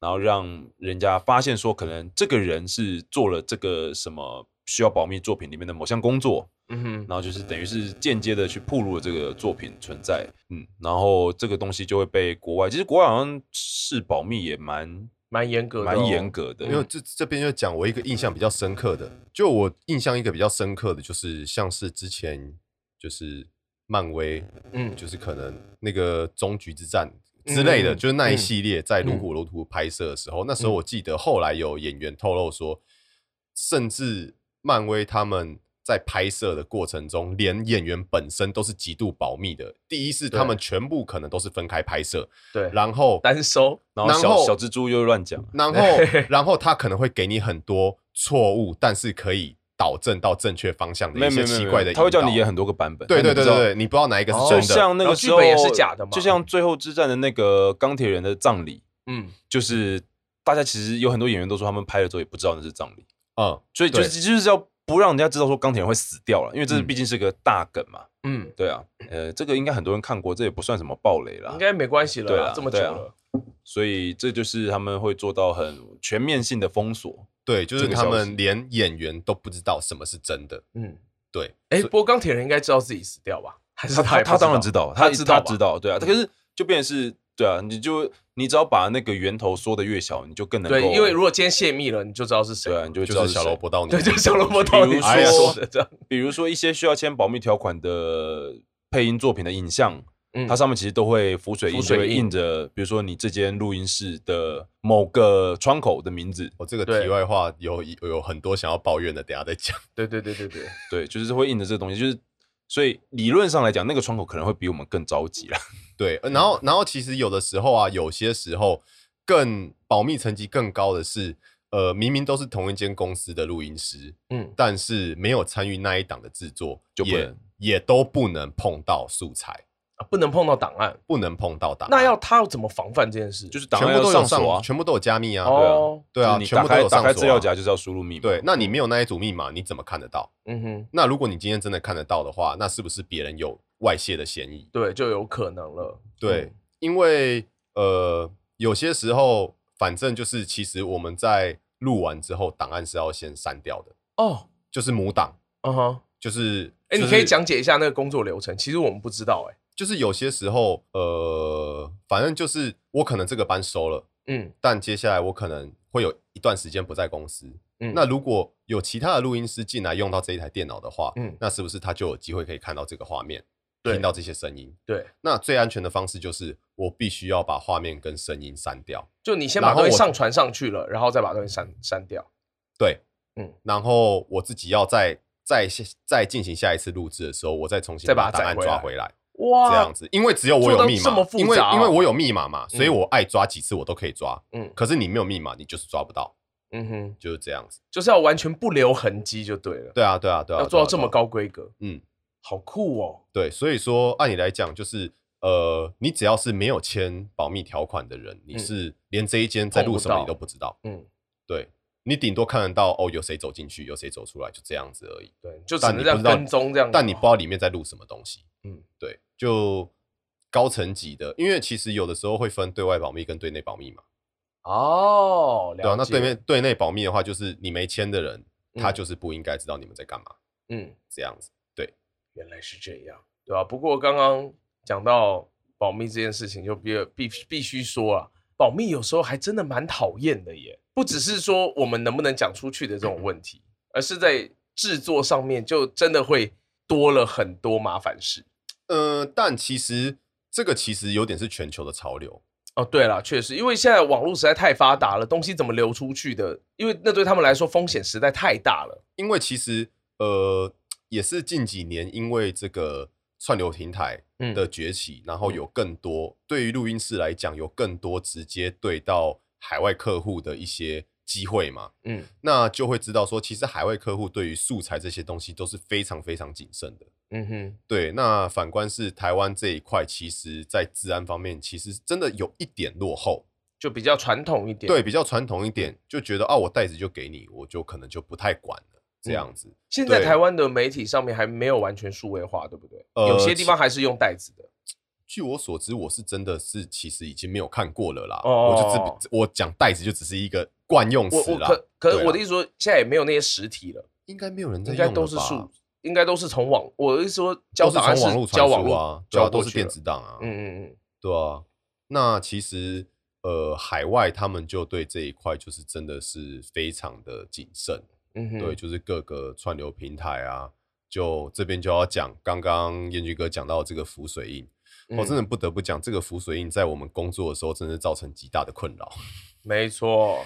Speaker 4: 然后让人家发现说，可能这个人是做了这个什么需要保密作品里面的某项工作，
Speaker 1: 嗯哼，
Speaker 4: 然后就是等于是间接的去暴露了这个作品存在，嗯，然后这个东西就会被国外，其实国外好像是保密也蛮
Speaker 1: 蛮严格的哦，
Speaker 4: 蛮严格的，
Speaker 2: 没有这这边就讲我一个印象比较深刻的，就我印象一个比较深刻的就是像是之前就是漫威，
Speaker 1: 嗯
Speaker 2: 就是可能那个终局之战之类的，
Speaker 1: 嗯
Speaker 2: 就是那一
Speaker 1: 嗯
Speaker 2: 系列在如火如荼拍摄的时候，那时
Speaker 4: 嗯
Speaker 2: 候我记得后来有演员透露说，甚至漫威他们。在拍摄的过程中，连演员本身都是极度保密的。第一是他
Speaker 1: 对
Speaker 2: 们全部可能都是分开拍摄，
Speaker 1: 对，
Speaker 2: 然后
Speaker 1: 单收，
Speaker 4: 然后
Speaker 2: 然
Speaker 4: 小
Speaker 2: 后
Speaker 4: 小蜘蛛又乱讲，
Speaker 2: 然后，然后他可能会给你很多错误，但是可以导正到正确方向的
Speaker 4: 没
Speaker 2: 一
Speaker 4: 有没
Speaker 2: 些
Speaker 4: 有没有
Speaker 2: 奇
Speaker 4: 没
Speaker 2: 怪
Speaker 4: 有
Speaker 2: 的。
Speaker 4: 他会叫你演。很多个版本，
Speaker 2: 对对
Speaker 4: 但你不
Speaker 2: 对
Speaker 4: 知道
Speaker 2: 对对，你不知道哪一个是
Speaker 1: 哦
Speaker 2: 真
Speaker 4: 就
Speaker 2: 的。
Speaker 4: 像那
Speaker 1: 然
Speaker 4: 个
Speaker 1: 后
Speaker 4: 时
Speaker 1: 剧
Speaker 4: 候
Speaker 1: 本也是假的嘛
Speaker 4: 就像最后之战的那个钢铁人的葬礼，
Speaker 1: 嗯，
Speaker 4: 就是大家其实有很多演员都说他们拍了之后也不知道那是葬礼，
Speaker 2: 嗯，
Speaker 4: 所以就
Speaker 2: 对
Speaker 4: 是就是要不让人家知道说钢铁人会死掉了，因为这是
Speaker 2: 嗯
Speaker 4: 毕竟是个大梗嘛。
Speaker 1: 嗯，
Speaker 4: 对啊，呃，这个应该很多人看过，这也不算什么暴雷啦
Speaker 1: 应。该没关系了
Speaker 4: 对
Speaker 1: 啦
Speaker 4: 啊，
Speaker 1: 这么久
Speaker 4: 对啊
Speaker 1: 了，
Speaker 4: 所以这就是他们会做到很全面性的封锁。
Speaker 2: 对，就是
Speaker 4: 这个
Speaker 2: 他
Speaker 4: 消
Speaker 2: 们
Speaker 4: 息
Speaker 2: 连演员都不知道什么是真的。
Speaker 1: 嗯，
Speaker 2: 对，
Speaker 1: 哎，不过钢铁人应该知道自己死掉吧？还是
Speaker 4: 他
Speaker 1: 也
Speaker 4: 他
Speaker 1: 不
Speaker 4: 当然知
Speaker 1: 知
Speaker 4: 道，
Speaker 1: 他
Speaker 4: 知
Speaker 1: 知
Speaker 4: 道
Speaker 1: 道
Speaker 4: 知
Speaker 1: 吧，嗯
Speaker 4: 道，对啊。可是就变成是，对啊，你就你只要把那个源头缩的越小，你就更能够
Speaker 1: 对，因为如果今天泄密了，你就知道是谁
Speaker 4: 对啊，你
Speaker 1: 了，
Speaker 4: 就会知
Speaker 2: 就
Speaker 4: 道
Speaker 2: 是小
Speaker 4: 谁
Speaker 2: 萝。卜到你。
Speaker 1: 对，就小萝卜
Speaker 4: 比
Speaker 1: 头
Speaker 4: 如
Speaker 1: 你
Speaker 2: 哎呀
Speaker 1: 说的 这样，
Speaker 4: 比如说一些需要签保密条款的配音作品的影像，
Speaker 1: 嗯
Speaker 4: 它上面其实都会浮水印，
Speaker 1: 浮水
Speaker 4: 就会
Speaker 1: 印
Speaker 4: 印着，比如说你这间录音室的某个窗口的名字，
Speaker 2: 我这个
Speaker 1: 对
Speaker 2: 题外话有有很多想要抱怨的，等一下再讲。
Speaker 1: 对对对对对，
Speaker 4: 对，就是会印着这个东西，就是所以理论上来讲，那个窗口可能会比我们更着急啦。
Speaker 2: 对，
Speaker 4: 嗯
Speaker 2: 呃然后然后其实有的时候啊，有些时候更保密层级更高的是，呃，明明都是同一间公司的录音师，
Speaker 1: 嗯，
Speaker 2: 但是没有参与那一档的制作，
Speaker 4: 就不
Speaker 2: 也
Speaker 4: 能
Speaker 2: 也都不能碰到素材，
Speaker 1: 啊不能碰到档案，
Speaker 2: 不能碰到档案，
Speaker 1: 那要他要怎么防范这件事？
Speaker 4: 啊就是档
Speaker 2: 全
Speaker 4: 案
Speaker 2: 部
Speaker 4: 要
Speaker 2: 都有
Speaker 4: 锁啊，
Speaker 2: 全部都有加密啊，
Speaker 1: 哦，
Speaker 2: 对啊，
Speaker 4: 就是你
Speaker 2: 全
Speaker 4: 打
Speaker 2: 部都
Speaker 4: 开
Speaker 2: 有上
Speaker 4: 打
Speaker 2: 锁、啊，
Speaker 4: 开资料夹就是要输入密码。
Speaker 2: 对，那你没有那一组密码，你怎么看得到？
Speaker 4: 啊
Speaker 1: 嗯哼，
Speaker 2: 那如果你今天真的看得到的话，那是不是别人有外泄的嫌疑？
Speaker 1: 对，就有可能了，嗯
Speaker 2: 对，因为呃，有些时候反正就是，其实我们在录完之后，档案是要先删掉的，
Speaker 1: 哦，
Speaker 2: 就是母档，
Speaker 1: 嗯哼，
Speaker 2: 就是
Speaker 1: 哎，
Speaker 2: 就
Speaker 1: 你
Speaker 2: 是
Speaker 1: 可以讲解一下那个工作流程，其实我们不知道，哎，
Speaker 2: 就是有些时候，呃，反正就是我可能这个班收了，
Speaker 1: 嗯
Speaker 2: 但接下来我可能会有一段时间不在公司。
Speaker 1: 嗯，
Speaker 2: 那如果有其他的录音师进来用到这一台电脑的话，
Speaker 1: 嗯
Speaker 2: 那是不是他就有机会可以看到这个画面？
Speaker 1: 对
Speaker 2: 听到这些声音。
Speaker 1: 对，
Speaker 2: 那最安全的方式就是我必须要把画面跟声音删掉。
Speaker 1: 就你先
Speaker 2: 然
Speaker 1: 把
Speaker 2: 后
Speaker 1: 东西
Speaker 2: 我
Speaker 1: 上传上去了，然后再把东西删删掉。
Speaker 2: 对，
Speaker 1: 嗯，
Speaker 2: 然后我自己要再再下再进行下一次录制的时候，我再重新
Speaker 1: 再把它
Speaker 2: 档案
Speaker 1: 载回
Speaker 2: 抓
Speaker 1: 来
Speaker 2: 回来，
Speaker 1: 哇，
Speaker 2: 这样子。因为只有我
Speaker 1: 做
Speaker 2: 有
Speaker 1: 到
Speaker 2: 密
Speaker 1: 这
Speaker 2: 码
Speaker 1: 么，复
Speaker 2: 因为
Speaker 1: 杂哦
Speaker 2: 因为我有密码嘛，所以我爱抓几次我都可以抓。
Speaker 1: 嗯
Speaker 2: 可是你没有密码，你就是抓不到，
Speaker 1: 嗯哼，
Speaker 2: 就是这样子。
Speaker 1: 就是要完全不留痕迹就对了。
Speaker 2: 对啊，对啊，对啊，
Speaker 1: 要做到
Speaker 2: 对啊
Speaker 1: 这么，高规格，
Speaker 2: 对啊嗯，
Speaker 1: 好酷哦。
Speaker 2: 对。所以说，按理来讲，就是呃，你只要是没有签保密条款的人，你
Speaker 1: 嗯
Speaker 2: 是连这一间在
Speaker 1: 碰
Speaker 2: 录
Speaker 1: 不
Speaker 2: 什么你
Speaker 1: 到
Speaker 2: 都不知道。
Speaker 1: 嗯，
Speaker 2: 对你顶多看得到哦，有谁走进去，有谁走出来，就这样子而已。
Speaker 1: 对，就只
Speaker 2: 但
Speaker 1: 能
Speaker 2: 你
Speaker 1: 这样
Speaker 2: 不知道
Speaker 1: 跟踪这样。
Speaker 2: 但你不知道里面在录什么东西。
Speaker 1: 嗯
Speaker 2: 嗯，对，就高层级的，因为其实有的时候会分对外保密跟对内保密嘛。
Speaker 1: 哦，
Speaker 2: 对啊，那
Speaker 1: 了解
Speaker 2: 对面对内保密的话，就是你没签的人，他
Speaker 1: 嗯
Speaker 2: 就是不应该知道你们在干嘛，
Speaker 1: 嗯，
Speaker 2: 这样子。
Speaker 1: 原来是这样，对啊。不过刚刚讲到保密这件事情，就必必必须说啊，保密有时候还真的蛮讨厌的耶。不只是说我们能不能讲出去的这种问题，而是在制作上面就真的会多了很多麻烦事。
Speaker 2: 呃，但其实这个其实有点是全球的潮流。
Speaker 1: 哦，对了，确实，因为现在网络实在太发达了，东西怎么流出去的？因为那对他们来说风险实在太大了。
Speaker 2: 因为其实呃，也是近几年因为这个串流平台
Speaker 1: 嗯
Speaker 2: 的崛起，然后有更多对于录音室来讲，有更多直接对到海外客户的一些机会嘛，
Speaker 1: 嗯，
Speaker 2: 那就会知道说，其实海外客户对于素材这些东西都是非常非常谨慎的。
Speaker 1: 嗯哼，
Speaker 2: 对，那反观是台湾这一块，其实在治安方面，其实真的有一点落后。
Speaker 1: 就比较传统一点。
Speaker 2: 对，，比较传统一点，就觉得啊，我袋子就给你，我就可能就不太管了，这
Speaker 1: 嗯
Speaker 2: 样子。
Speaker 1: 现在
Speaker 2: 对
Speaker 1: 台湾的媒体上面还没有完全数位化，对不对？
Speaker 2: 呃
Speaker 1: 有些地方还是用袋子的。
Speaker 2: 据我所知，我是真的是其实已经没有看过了啦。
Speaker 1: 哦
Speaker 2: 我就只我讲袋子就只是一个惯用
Speaker 1: 我
Speaker 2: 词
Speaker 1: 我
Speaker 2: 啦。
Speaker 1: 可可
Speaker 2: 对
Speaker 1: 是
Speaker 2: 啦
Speaker 1: 我的意思说，现在也没有那些实体了，
Speaker 2: 应该没有人在
Speaker 1: 应该
Speaker 2: 用了吧
Speaker 1: 都是数，应该都是从网。我的意思说，交
Speaker 2: 都是
Speaker 1: 档案
Speaker 2: 从网络
Speaker 1: 交
Speaker 2: 传
Speaker 1: 网
Speaker 2: 输
Speaker 1: 络
Speaker 2: 啊，对啊，
Speaker 1: 交过
Speaker 2: 都是
Speaker 1: 去了
Speaker 2: 电子档啊，
Speaker 1: 嗯嗯嗯，
Speaker 2: 对啊。那其实呃，海外他们就对这一块就是真的是非常的谨慎，
Speaker 1: 嗯哼，
Speaker 2: 对，就是各个串流平台啊，就这边就要讲刚刚燕居哥讲到这个浮水印，
Speaker 1: 嗯，
Speaker 2: 哦我真的不得不讲，这个浮水印在我们工作的时候真的造成极大的困扰。
Speaker 1: 嗯没错，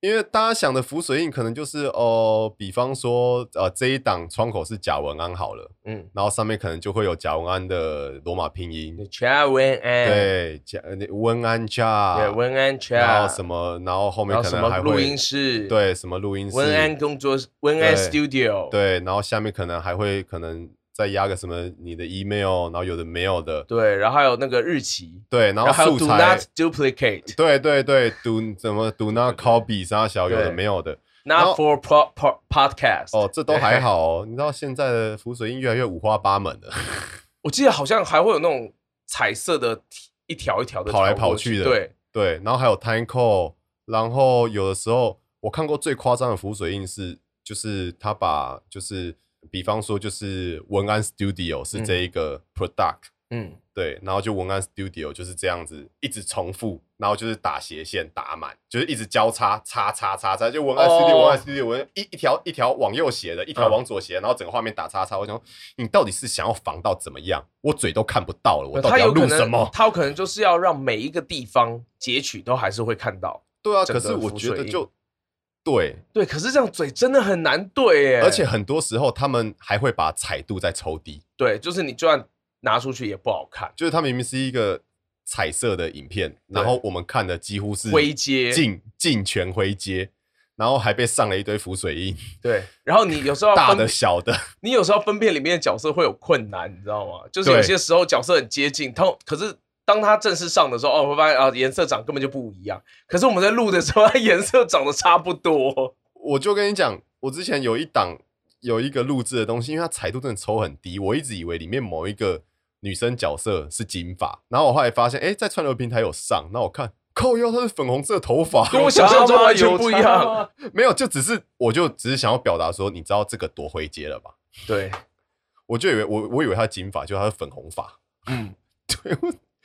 Speaker 2: 因为大家想的浮水印可能就是哦，比方说呃这一档窗口是贾文安好了，
Speaker 1: 嗯，
Speaker 2: 然后上面可能就会有贾文安的罗马拼音，
Speaker 1: 你 Cha Wen An，
Speaker 2: 对，贾呃文安贾，
Speaker 1: 对，文安 Cha，
Speaker 2: 然后什么，然后后面
Speaker 1: 然后
Speaker 2: 可
Speaker 1: 什
Speaker 2: 能
Speaker 1: 么
Speaker 2: 还
Speaker 1: 录
Speaker 2: 会
Speaker 1: 音室，，
Speaker 2: 对，什么录音室，
Speaker 1: 文安工作室，文安
Speaker 2: 对
Speaker 1: Studio，
Speaker 2: 对，然后下面可能还会可能再压个什么你的 email，然后有的没有的，
Speaker 1: 对，然后还有那个日期，
Speaker 2: 对，然后
Speaker 1: 还有
Speaker 2: 素
Speaker 1: Do
Speaker 2: 材
Speaker 1: not，duplicate。
Speaker 2: 对对对，do 怎么 do not copy 啥小有的
Speaker 1: 对
Speaker 2: 没有的，然
Speaker 1: Not
Speaker 2: 后
Speaker 1: for pro, pro, podcast。
Speaker 2: 哦，这都还好哦。你知道现在的浮水印越来越五花八门了，
Speaker 1: 我记得好像还会有那种彩色的体一条一条的
Speaker 2: 跑来
Speaker 1: 条过
Speaker 2: 跑去的
Speaker 1: 对，
Speaker 2: 对，然后还有 time call，然后有的时候我看过最夸张的浮水印是，就是他把就是比方说就是文安 studio 是这一个 product，、
Speaker 1: 嗯，
Speaker 2: 对，然后就文案 Studio 就是这样子一直重复，然后就是打斜线打满，就是一直交叉叉叉叉叉，就文案 Studio、
Speaker 1: 哦
Speaker 2: 文案 Studio 文案一一条一条往右斜的，一条
Speaker 1: 嗯
Speaker 2: 往左斜的，然后整个画面打叉叉。我想说，你到底是想要防到怎么样？我嘴都看不到了，我到
Speaker 1: 呃他
Speaker 2: 底要
Speaker 1: 有可
Speaker 2: 录什
Speaker 1: 能
Speaker 2: 么，？
Speaker 1: 他有可能就是要让每一个地方截取都还是会看到。
Speaker 2: 对啊，
Speaker 1: 整个
Speaker 2: 可是我觉
Speaker 1: 浮
Speaker 2: 得
Speaker 1: 水
Speaker 2: 就对，
Speaker 1: 对，可是这样嘴真的很难对耶，
Speaker 2: 而且很多时候他们还会把彩度再抽低，
Speaker 1: 对，就是你就算拿出去也不好看，
Speaker 2: 就是它明明是一个彩色的影片，然后我们看的几乎是
Speaker 1: 灰阶
Speaker 2: 尽尽全灰阶，然后还被上了一堆浮水印。
Speaker 1: 对。然后你有时候要
Speaker 2: 大
Speaker 1: 哦分
Speaker 2: 的小的，
Speaker 1: 你有时候分辨里面的角色会有困难，你知道吗？就是
Speaker 2: 对
Speaker 1: 有些时候角色很接近，他可是当他正式上的时候，哦，会发现啊，颜色长根本就不一样。可是我们在录的时候，它颜色长得差不多。
Speaker 2: 我就跟你讲，我之前有一档有一个录制的东西，因为它彩度真的抽很低，我一直以为里面某一个女生角色是金发，然后我后来发现，哎、在串流平台有上，那我看。靠腰，她是粉红色头发，
Speaker 1: 跟我想象中完全不一
Speaker 4: 有差
Speaker 1: 样
Speaker 4: 吗。
Speaker 2: 没有，就只是，我就只是想要表达说，你知道这个多灰阶了吧？
Speaker 1: 对，
Speaker 2: 我就以为我我以为她是金发，就她是粉红发，
Speaker 1: 嗯，
Speaker 2: 对，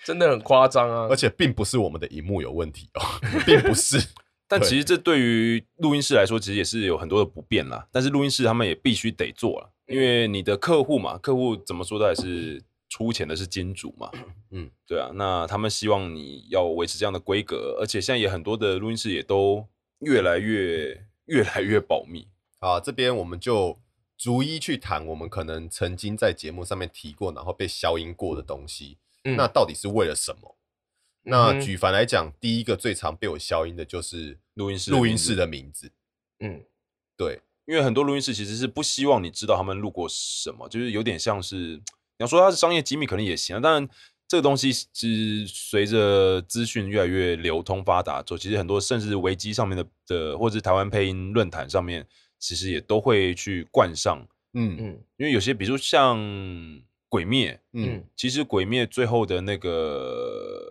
Speaker 1: 真的很夸张啊
Speaker 2: 而。且并不是我们的荧幕有问题哦，并不是，
Speaker 4: 但
Speaker 2: 对
Speaker 4: 其实这对于录音室来说，其实也是有很多的不便啦。但是录音室他们也必须得做了，因为你的客户嘛，客户怎么说都还是出钱的是金主 嘛，
Speaker 2: 嗯，
Speaker 4: 对啊，那他们希望你要维持这样的规格，而且现在也很多的录音室也都越来越越来越保密，
Speaker 2: 啊，这边我们就逐一去谈我们可能曾经在节目上面提过，然后被消音过的东西，
Speaker 1: 嗯
Speaker 2: 那到底是为了什么？
Speaker 1: 嗯
Speaker 2: 那
Speaker 1: 哼
Speaker 2: 举凡来讲，第一个最常被我消音的就是
Speaker 4: 录音室的
Speaker 2: 录
Speaker 4: 名
Speaker 2: 音
Speaker 4: 字
Speaker 2: 室的名字。
Speaker 1: 嗯，
Speaker 2: 对，
Speaker 4: 因为很多录音室其实是不希望你知道他们录过什么，就是有点像是你要说它是商业机密，可能也行啊。当然，这个东西是随着资讯越来越流通发达之后，其实很多甚至维基上面的的，或者是台湾配音论坛上面，其实也都会去冠上，
Speaker 2: 嗯
Speaker 1: 嗯
Speaker 4: 因为有些比如像《鬼灭》，
Speaker 2: 嗯
Speaker 1: 嗯，
Speaker 4: 其实《鬼灭》最后的那个。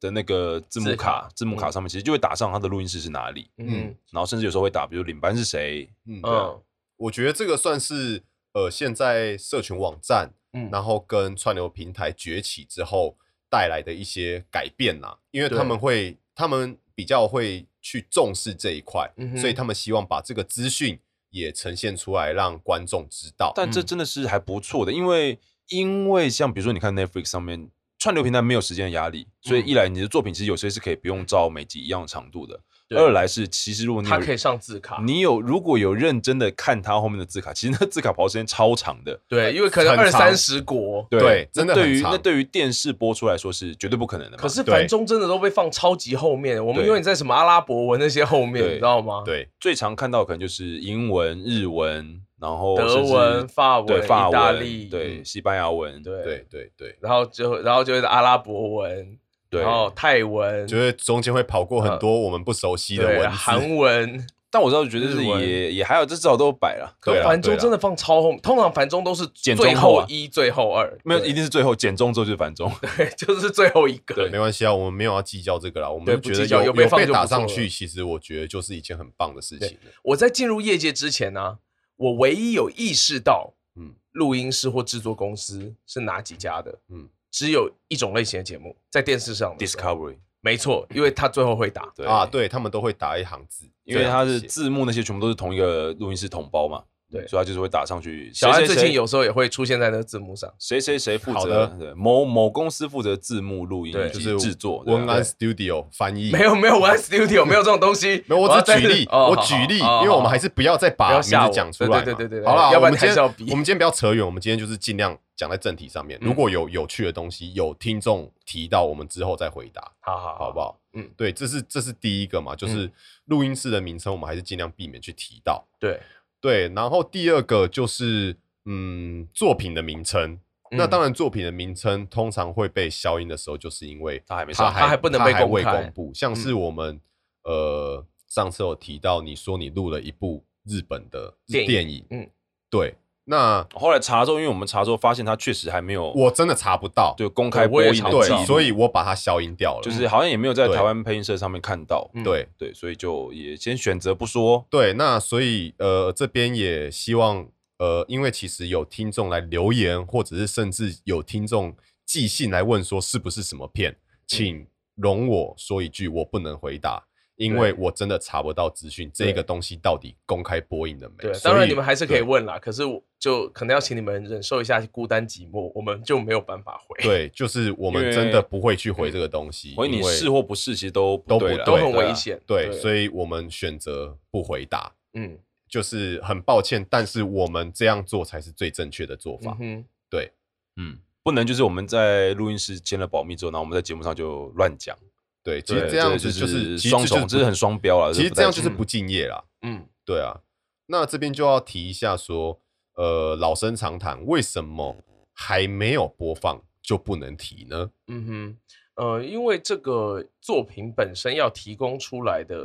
Speaker 4: 的那个字幕
Speaker 1: 字卡
Speaker 4: 卡，字幕卡
Speaker 1: 嗯
Speaker 4: 上面其实就会打上它的录音室是哪里，
Speaker 1: 嗯
Speaker 4: 然后甚至有时候会打，比如领班是谁，
Speaker 2: 嗯
Speaker 4: 对啊
Speaker 1: 嗯
Speaker 2: 我觉得这个算是呃，现在社群网站，
Speaker 1: 嗯，
Speaker 2: 然后跟串流平台崛起之后带来的一些改变啦，因为
Speaker 1: 对
Speaker 2: 他们会，他们比较会去重视这一块，
Speaker 1: 嗯哼
Speaker 2: 所以他们希望把这个资讯也呈现出来，让观众知道。
Speaker 4: 但这
Speaker 1: 嗯
Speaker 4: 真的是还不错的，因为因为像比如说你看 Netflix 上面串流平台没有时间的压力，所以
Speaker 1: 嗯
Speaker 4: 一来你的作品其实有些是可以不用照每集一样的长度的，
Speaker 1: 对
Speaker 4: 二来是其实如果你
Speaker 1: 它可
Speaker 4: 有
Speaker 1: 以上字卡，
Speaker 4: 你有如果有认真的看它后面的字卡，其实那字卡跑时间超长的。
Speaker 1: 对，因为可能
Speaker 2: 很
Speaker 1: 二
Speaker 2: 长
Speaker 1: 三十国，
Speaker 2: 对
Speaker 4: 那
Speaker 2: 真的很
Speaker 4: 对于
Speaker 2: 长
Speaker 4: 那对于电视播出来说是绝对不可能的嘛。
Speaker 1: 可是
Speaker 2: 对
Speaker 1: 繁中真的都被放超级后面，我们
Speaker 4: 对
Speaker 1: 永远在什么阿拉伯文那些后面，
Speaker 4: 对
Speaker 1: 你知道吗？，
Speaker 2: 对，
Speaker 4: 最常看到的可能就是英文、日文，然后
Speaker 1: 德
Speaker 4: 甚至
Speaker 1: 文、法
Speaker 4: 对
Speaker 1: 文、
Speaker 4: 法
Speaker 1: 意大
Speaker 4: 文、
Speaker 1: 利，嗯
Speaker 4: 对西班牙文，
Speaker 1: 对
Speaker 2: 对，对，对，
Speaker 1: 然后就然后就是阿拉伯文，
Speaker 4: 对
Speaker 1: 然后泰文，
Speaker 2: 就是中间会跑过很多我们不熟悉
Speaker 1: 嗯
Speaker 2: 的
Speaker 1: 对
Speaker 2: 文字。
Speaker 1: 韩文，
Speaker 4: 但我知道，觉得
Speaker 1: 日
Speaker 4: 是
Speaker 1: 文
Speaker 4: 也也还好，这至少都有摆了。
Speaker 1: 可
Speaker 2: 对啦
Speaker 1: 繁中
Speaker 2: 对啦
Speaker 1: 真的放超后，通常繁中都是
Speaker 4: 简中
Speaker 1: 最
Speaker 4: 后啊
Speaker 1: 后一、最后二，
Speaker 4: 没有，
Speaker 1: 对
Speaker 4: 一定是最后减中之后就是繁中。
Speaker 1: 对， 就是最后一个，
Speaker 4: 对
Speaker 2: 没关系啊，我们没有要计较这个啦，我们
Speaker 1: 对
Speaker 2: 就
Speaker 1: 不
Speaker 2: 觉得
Speaker 1: 计较
Speaker 2: 有
Speaker 1: 有被放就不
Speaker 2: 打
Speaker 1: 错
Speaker 2: 上
Speaker 1: 了
Speaker 2: 去，其实我觉得就是一件很棒的事情了。
Speaker 1: 我在进入业界之前呢、我唯一有意识到，
Speaker 2: 嗯
Speaker 1: 嗯，录音室或制作公司是哪几家的，
Speaker 2: 嗯
Speaker 1: 嗯，只有一种类型的节目在电视上的时候
Speaker 4: Discovery
Speaker 1: 没错，因为他最后会打，
Speaker 4: 对
Speaker 2: 啊，，对他们都会打一行字，
Speaker 4: 因为
Speaker 2: 这样
Speaker 4: 它
Speaker 2: 子
Speaker 4: 是
Speaker 2: 写
Speaker 4: 字幕那些全部都是同一个录音室同胞嘛，
Speaker 1: 对
Speaker 4: 所以它就是会打上去。
Speaker 1: 小安
Speaker 4: 谁谁
Speaker 1: 最近
Speaker 4: 谁
Speaker 1: 有时候也会出现在那个字幕上，
Speaker 4: 谁谁谁负
Speaker 2: 好的
Speaker 4: 责对某某公司负责字幕录音
Speaker 1: 对
Speaker 4: 以
Speaker 2: 就
Speaker 4: 及
Speaker 2: 是
Speaker 4: 制作对啊
Speaker 2: 文安 Studio 翻译，
Speaker 1: 没有没有 One Studio 没有这种东西，
Speaker 2: 没有，我
Speaker 1: 要
Speaker 2: 只
Speaker 1: 在
Speaker 2: 举例，
Speaker 1: 哦
Speaker 2: 我
Speaker 1: 好
Speaker 2: 举
Speaker 1: 好
Speaker 2: 例，
Speaker 1: 好
Speaker 2: 因为我们还是不要再把
Speaker 1: 不
Speaker 2: 名
Speaker 1: 要吓
Speaker 2: 字
Speaker 1: 我
Speaker 2: 讲出来嘛。
Speaker 1: 对对对对对
Speaker 2: 好啦，
Speaker 1: 要不然
Speaker 2: 我们今天
Speaker 1: 还是要比
Speaker 2: 我们今天不要扯远，我们今天就是尽量讲在正题上面。
Speaker 1: 嗯
Speaker 2: 如果有有趣的东西，有听众提到，我们之后再回答，
Speaker 1: 好好
Speaker 2: 好
Speaker 1: 好
Speaker 2: 不
Speaker 1: 吧，
Speaker 2: 好？嗯
Speaker 1: 嗯，
Speaker 2: 对，这是这是第一个嘛，就是录音室的名称，我们还是尽量避免去提到。
Speaker 1: 对，
Speaker 2: 对，然后第二个就是嗯，作品的名称。那
Speaker 1: 嗯
Speaker 2: 当然，作品的名称通常会被消音的时候，就是因为
Speaker 4: 它还没
Speaker 2: 它
Speaker 4: 上，
Speaker 1: 它还不能被
Speaker 2: 它还
Speaker 1: 公
Speaker 2: 未
Speaker 1: 开嗯
Speaker 2: 公布。像是我们、呃上次有提到，你说你录了一部日本的
Speaker 1: 电影
Speaker 2: 电影嗯
Speaker 1: 嗯，
Speaker 2: 对，那
Speaker 4: 后来查之后，因为我们查之后发现它确实还没有
Speaker 2: 我真的查不到，
Speaker 4: 对公开
Speaker 1: 对我
Speaker 4: 播
Speaker 1: 也
Speaker 4: 映
Speaker 1: 查
Speaker 4: 的记录
Speaker 2: 对，所以我把它消音掉了，
Speaker 4: 就是好像也没有在
Speaker 2: 对
Speaker 4: 台湾配音社上面看到，
Speaker 1: 嗯
Speaker 2: 对。
Speaker 4: 对，所以就也先选择不说。
Speaker 2: 对，那所以呃，这边也希望呃，因为其实有听众来留言，或者是甚至有听众寄信来问说是不是什么
Speaker 1: 嗯
Speaker 2: 片，请容我说一句，我不能回答，因为我真的查不到资讯，这
Speaker 1: 对
Speaker 2: 个东西到底公开播映了没？
Speaker 1: 对，
Speaker 2: 所
Speaker 1: 当然
Speaker 2: 以
Speaker 1: 你们还是可以
Speaker 2: 对
Speaker 1: 问啦，可是我就可能要请你们忍受一下孤单寂寞，我们就没有办法回，
Speaker 2: 对，就是我
Speaker 4: 因
Speaker 2: 们
Speaker 4: 为
Speaker 2: 真的不会去回这个东西，
Speaker 4: 所以你
Speaker 2: 因为
Speaker 4: 是或不是，其实都
Speaker 2: 都不
Speaker 4: 对啦
Speaker 1: 都很
Speaker 4: 对啊
Speaker 1: 危险，
Speaker 2: 对，所以我们选择不回答，
Speaker 1: 嗯
Speaker 2: 就是很抱歉，但是我们这样做才是最正确的做法。
Speaker 1: 嗯哼，
Speaker 2: 对，
Speaker 4: 嗯，不能就是我们在录音室签了保密之后，然后我们在节目上就乱讲。
Speaker 2: 对，其实
Speaker 4: 对
Speaker 2: 这样
Speaker 4: 个
Speaker 2: 子就
Speaker 4: 就
Speaker 2: 是其实
Speaker 4: 双
Speaker 2: 就是
Speaker 4: 重，这是很双标了。
Speaker 2: 其实
Speaker 4: 不
Speaker 2: 这样
Speaker 4: 太
Speaker 2: 就是
Speaker 4: 行
Speaker 2: 不敬业啦。
Speaker 1: 嗯
Speaker 2: 对啊，那这边就要提一下说，呃，老生常谈，为什么还没有播放就不能提呢？
Speaker 1: 嗯哼，呃，因为这个作品本身要提供出来的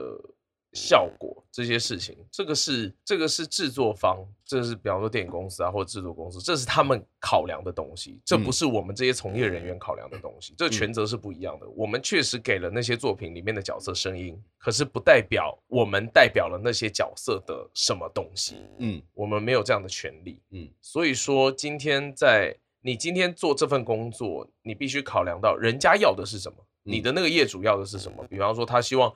Speaker 1: 效果，这些事情，这个是这个是制作方，这是比方说电影公司啊，或者制作公司，这是他们考量的东西，这
Speaker 2: 嗯
Speaker 1: 不是我们这些从业人员考量的东西，这权责是不一样的。我们确实给了那些作品里面的角色声音，可是不代表我们代表了那些角色的什么东西。
Speaker 2: 嗯
Speaker 1: 我们没有这样的权利。
Speaker 2: 嗯
Speaker 1: 嗯，所以说今天在你今天做这份工作，你必须考量到人家要的是什么，
Speaker 2: 嗯
Speaker 1: 你的那个业主要的是什么。比方说，他希望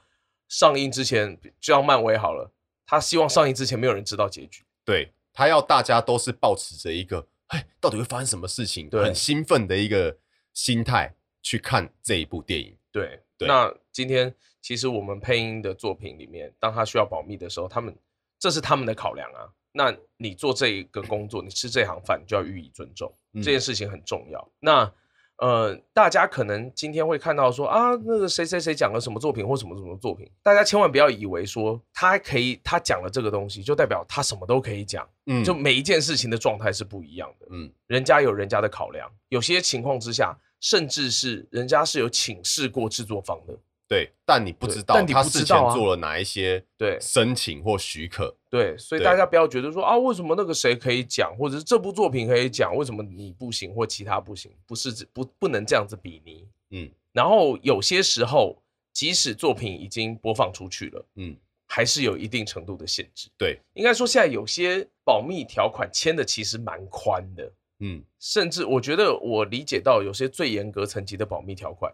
Speaker 1: 上映之前，就像漫威好了，他希望上映之前没有人知道结局。
Speaker 2: 对他要大家都是保持着一个哎，到底会发生什么事情，
Speaker 1: 对
Speaker 2: 很兴奋的一个心态去看这一部电影。
Speaker 1: 对，
Speaker 2: 对
Speaker 1: 那今天其实我们配音的作品里面，当他需要保密的时候，他们这是他们的考量啊。那你做这一个工作，你吃这行饭，你就要予以尊重，
Speaker 2: 嗯
Speaker 1: 这件事情很重要。那呃，大家可能今天会看到说啊，那个谁谁谁讲了什么作品或什么什么作品，大家千万不要以为说他可以他讲了这个东西，就代表他什么都可以讲，
Speaker 2: 嗯，
Speaker 1: 就每一件事情的状态是不一样的。
Speaker 2: 嗯
Speaker 1: 人家有人家的考量，有些情况之下，甚至是人家是有请示过制作方的。
Speaker 2: 对，但你不
Speaker 1: 对
Speaker 2: 知道
Speaker 1: 但你
Speaker 2: 他
Speaker 1: 不知
Speaker 2: 事
Speaker 1: 道
Speaker 2: 前
Speaker 1: 啊
Speaker 2: 做了哪一些
Speaker 1: 对
Speaker 2: 申请或许可。
Speaker 1: 对，所以
Speaker 2: 对
Speaker 1: 大家不要觉得说啊，为什么那个谁可以讲，或者是这部作品可以讲，为什么你不行或其他不行？不是指不不能这样子比拟。
Speaker 2: 嗯
Speaker 1: 然后有些时候，即使作品已经播放出去了，
Speaker 2: 嗯，
Speaker 1: 还是有一定程度的限制。
Speaker 2: 对，
Speaker 1: 应该说现在有些保密条款签的其实蛮宽的，
Speaker 2: 嗯
Speaker 1: 甚至我觉得我理解到有些最严格层级的保密条款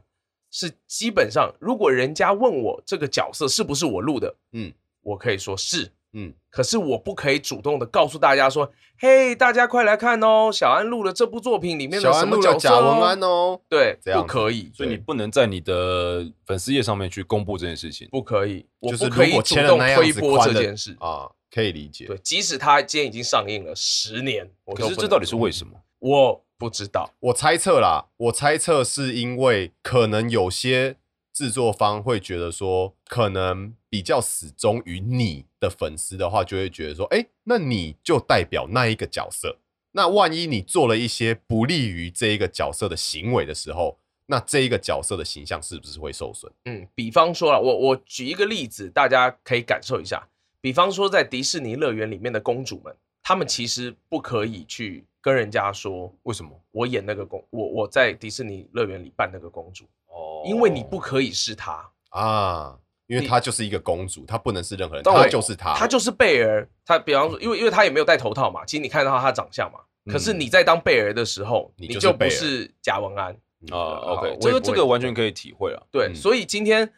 Speaker 1: 是基本上，如果人家问我这个角色是不是我录的，
Speaker 2: 嗯
Speaker 1: 我可以说是，
Speaker 2: 嗯
Speaker 1: 可是我不可以主动的告诉大家说，嘿，大家快来看哦，小安录了这部作品里面
Speaker 2: 小
Speaker 1: 的什
Speaker 2: 安
Speaker 1: 么
Speaker 2: 录
Speaker 1: 角
Speaker 2: 了
Speaker 1: 色、啊
Speaker 2: 贾文安，哦，
Speaker 1: 对，
Speaker 2: 这样
Speaker 1: 不可以，
Speaker 4: 所以你
Speaker 2: 对
Speaker 4: 不能在你的粉丝页上面去公布这件事情。
Speaker 1: 不可以，我
Speaker 2: 就是
Speaker 1: 不可
Speaker 2: 如
Speaker 1: 以
Speaker 2: 果
Speaker 1: 主
Speaker 2: 签了
Speaker 1: 动
Speaker 2: 那样
Speaker 1: 推
Speaker 2: 子
Speaker 1: 波
Speaker 2: 宽
Speaker 1: 这
Speaker 2: 的
Speaker 1: 件事。
Speaker 2: 啊，可以理解。
Speaker 1: 对，即使它今天已经上映了十年，我
Speaker 4: 可
Speaker 1: 都
Speaker 4: 是
Speaker 1: 不
Speaker 4: 这
Speaker 1: 能
Speaker 4: 到底是
Speaker 1: 做
Speaker 4: 为什么？
Speaker 1: 我不知道。
Speaker 2: 我猜测啦，我猜测是因为可能有些制作方会觉得说，可能比较始忠于你的粉丝的话，就会觉得说，哎、那你就代表那一个角色。那万一你做了一些不利于这一个角色的行为的时候，那这一个角色的形象是不是会受损？
Speaker 1: 嗯，比方说了，我我举一个例子，大家可以感受一下。比方说，在迪士尼乐园里面的公主们，她们其实不可以去跟人家说
Speaker 4: 为什么？
Speaker 1: 我演那个公，我我在迪士尼乐园里扮那个公主，
Speaker 4: 哦
Speaker 1: 因为你不可以是她，
Speaker 2: 啊，因为
Speaker 1: 你
Speaker 2: 她就是一个公主，她不能是任何人，
Speaker 1: 但我
Speaker 2: 她就是她，
Speaker 1: 她就是贝尔。她比方说，因为因为她也没有戴头套嘛，其实你看得到她长相嘛。可是
Speaker 2: 嗯
Speaker 1: 你在当贝尔的时候，
Speaker 2: 你
Speaker 1: 你
Speaker 2: 就是
Speaker 1: 就不
Speaker 2: 贝尔
Speaker 1: 是贾文安，
Speaker 4: 啊
Speaker 1: 好我也
Speaker 4: ，OK，
Speaker 1: 不
Speaker 4: 这
Speaker 1: 会
Speaker 4: 个这个完全可以体会啊。
Speaker 1: 对，
Speaker 2: 嗯
Speaker 1: 所以今天，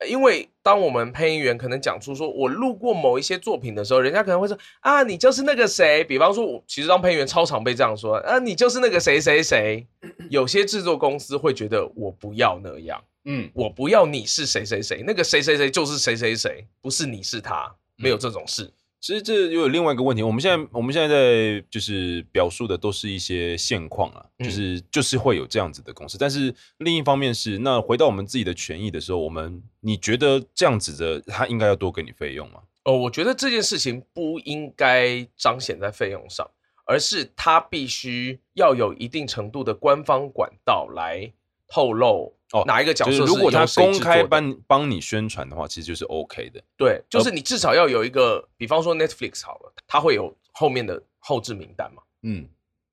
Speaker 1: 呃因为当我们配音员可能讲出说我录过某一些作品的时候，人家可能会说啊，你就是那个谁。比方说，我其实当配音员超常被这样说啊，你就是那个谁谁谁。有些制作公司会觉得我不要那样，
Speaker 2: 嗯
Speaker 1: 我不要你是谁谁谁，那个谁谁谁就是谁谁谁，不是你是他，没有这种事。
Speaker 4: 其实这又有另外一个问题，我们现在我们现在在就是表述的都是一些现况啊，
Speaker 1: 嗯
Speaker 4: 就是、就是会有这样子的公司，但是另一方面是，那回到我们自己的权益的时候，我们你觉得这样子的他应该要多给你费用吗？
Speaker 1: 哦，我觉得这件事情不应该彰显在费用上，而是它必须要有一定程度的官方管道来透露
Speaker 4: 哦
Speaker 1: 哪一个角
Speaker 4: 就
Speaker 1: 色
Speaker 4: 是如果
Speaker 1: 由
Speaker 4: 他
Speaker 1: 谁
Speaker 4: 公
Speaker 1: 制
Speaker 4: 开
Speaker 1: 作的
Speaker 4: 帮帮你宣传的话，其实就是 OK 的。
Speaker 1: 对，
Speaker 4: 呃
Speaker 1: 就是你至少要有一个，比方说 Netflix 好了，它会有后面的后置名单嘛。
Speaker 2: 嗯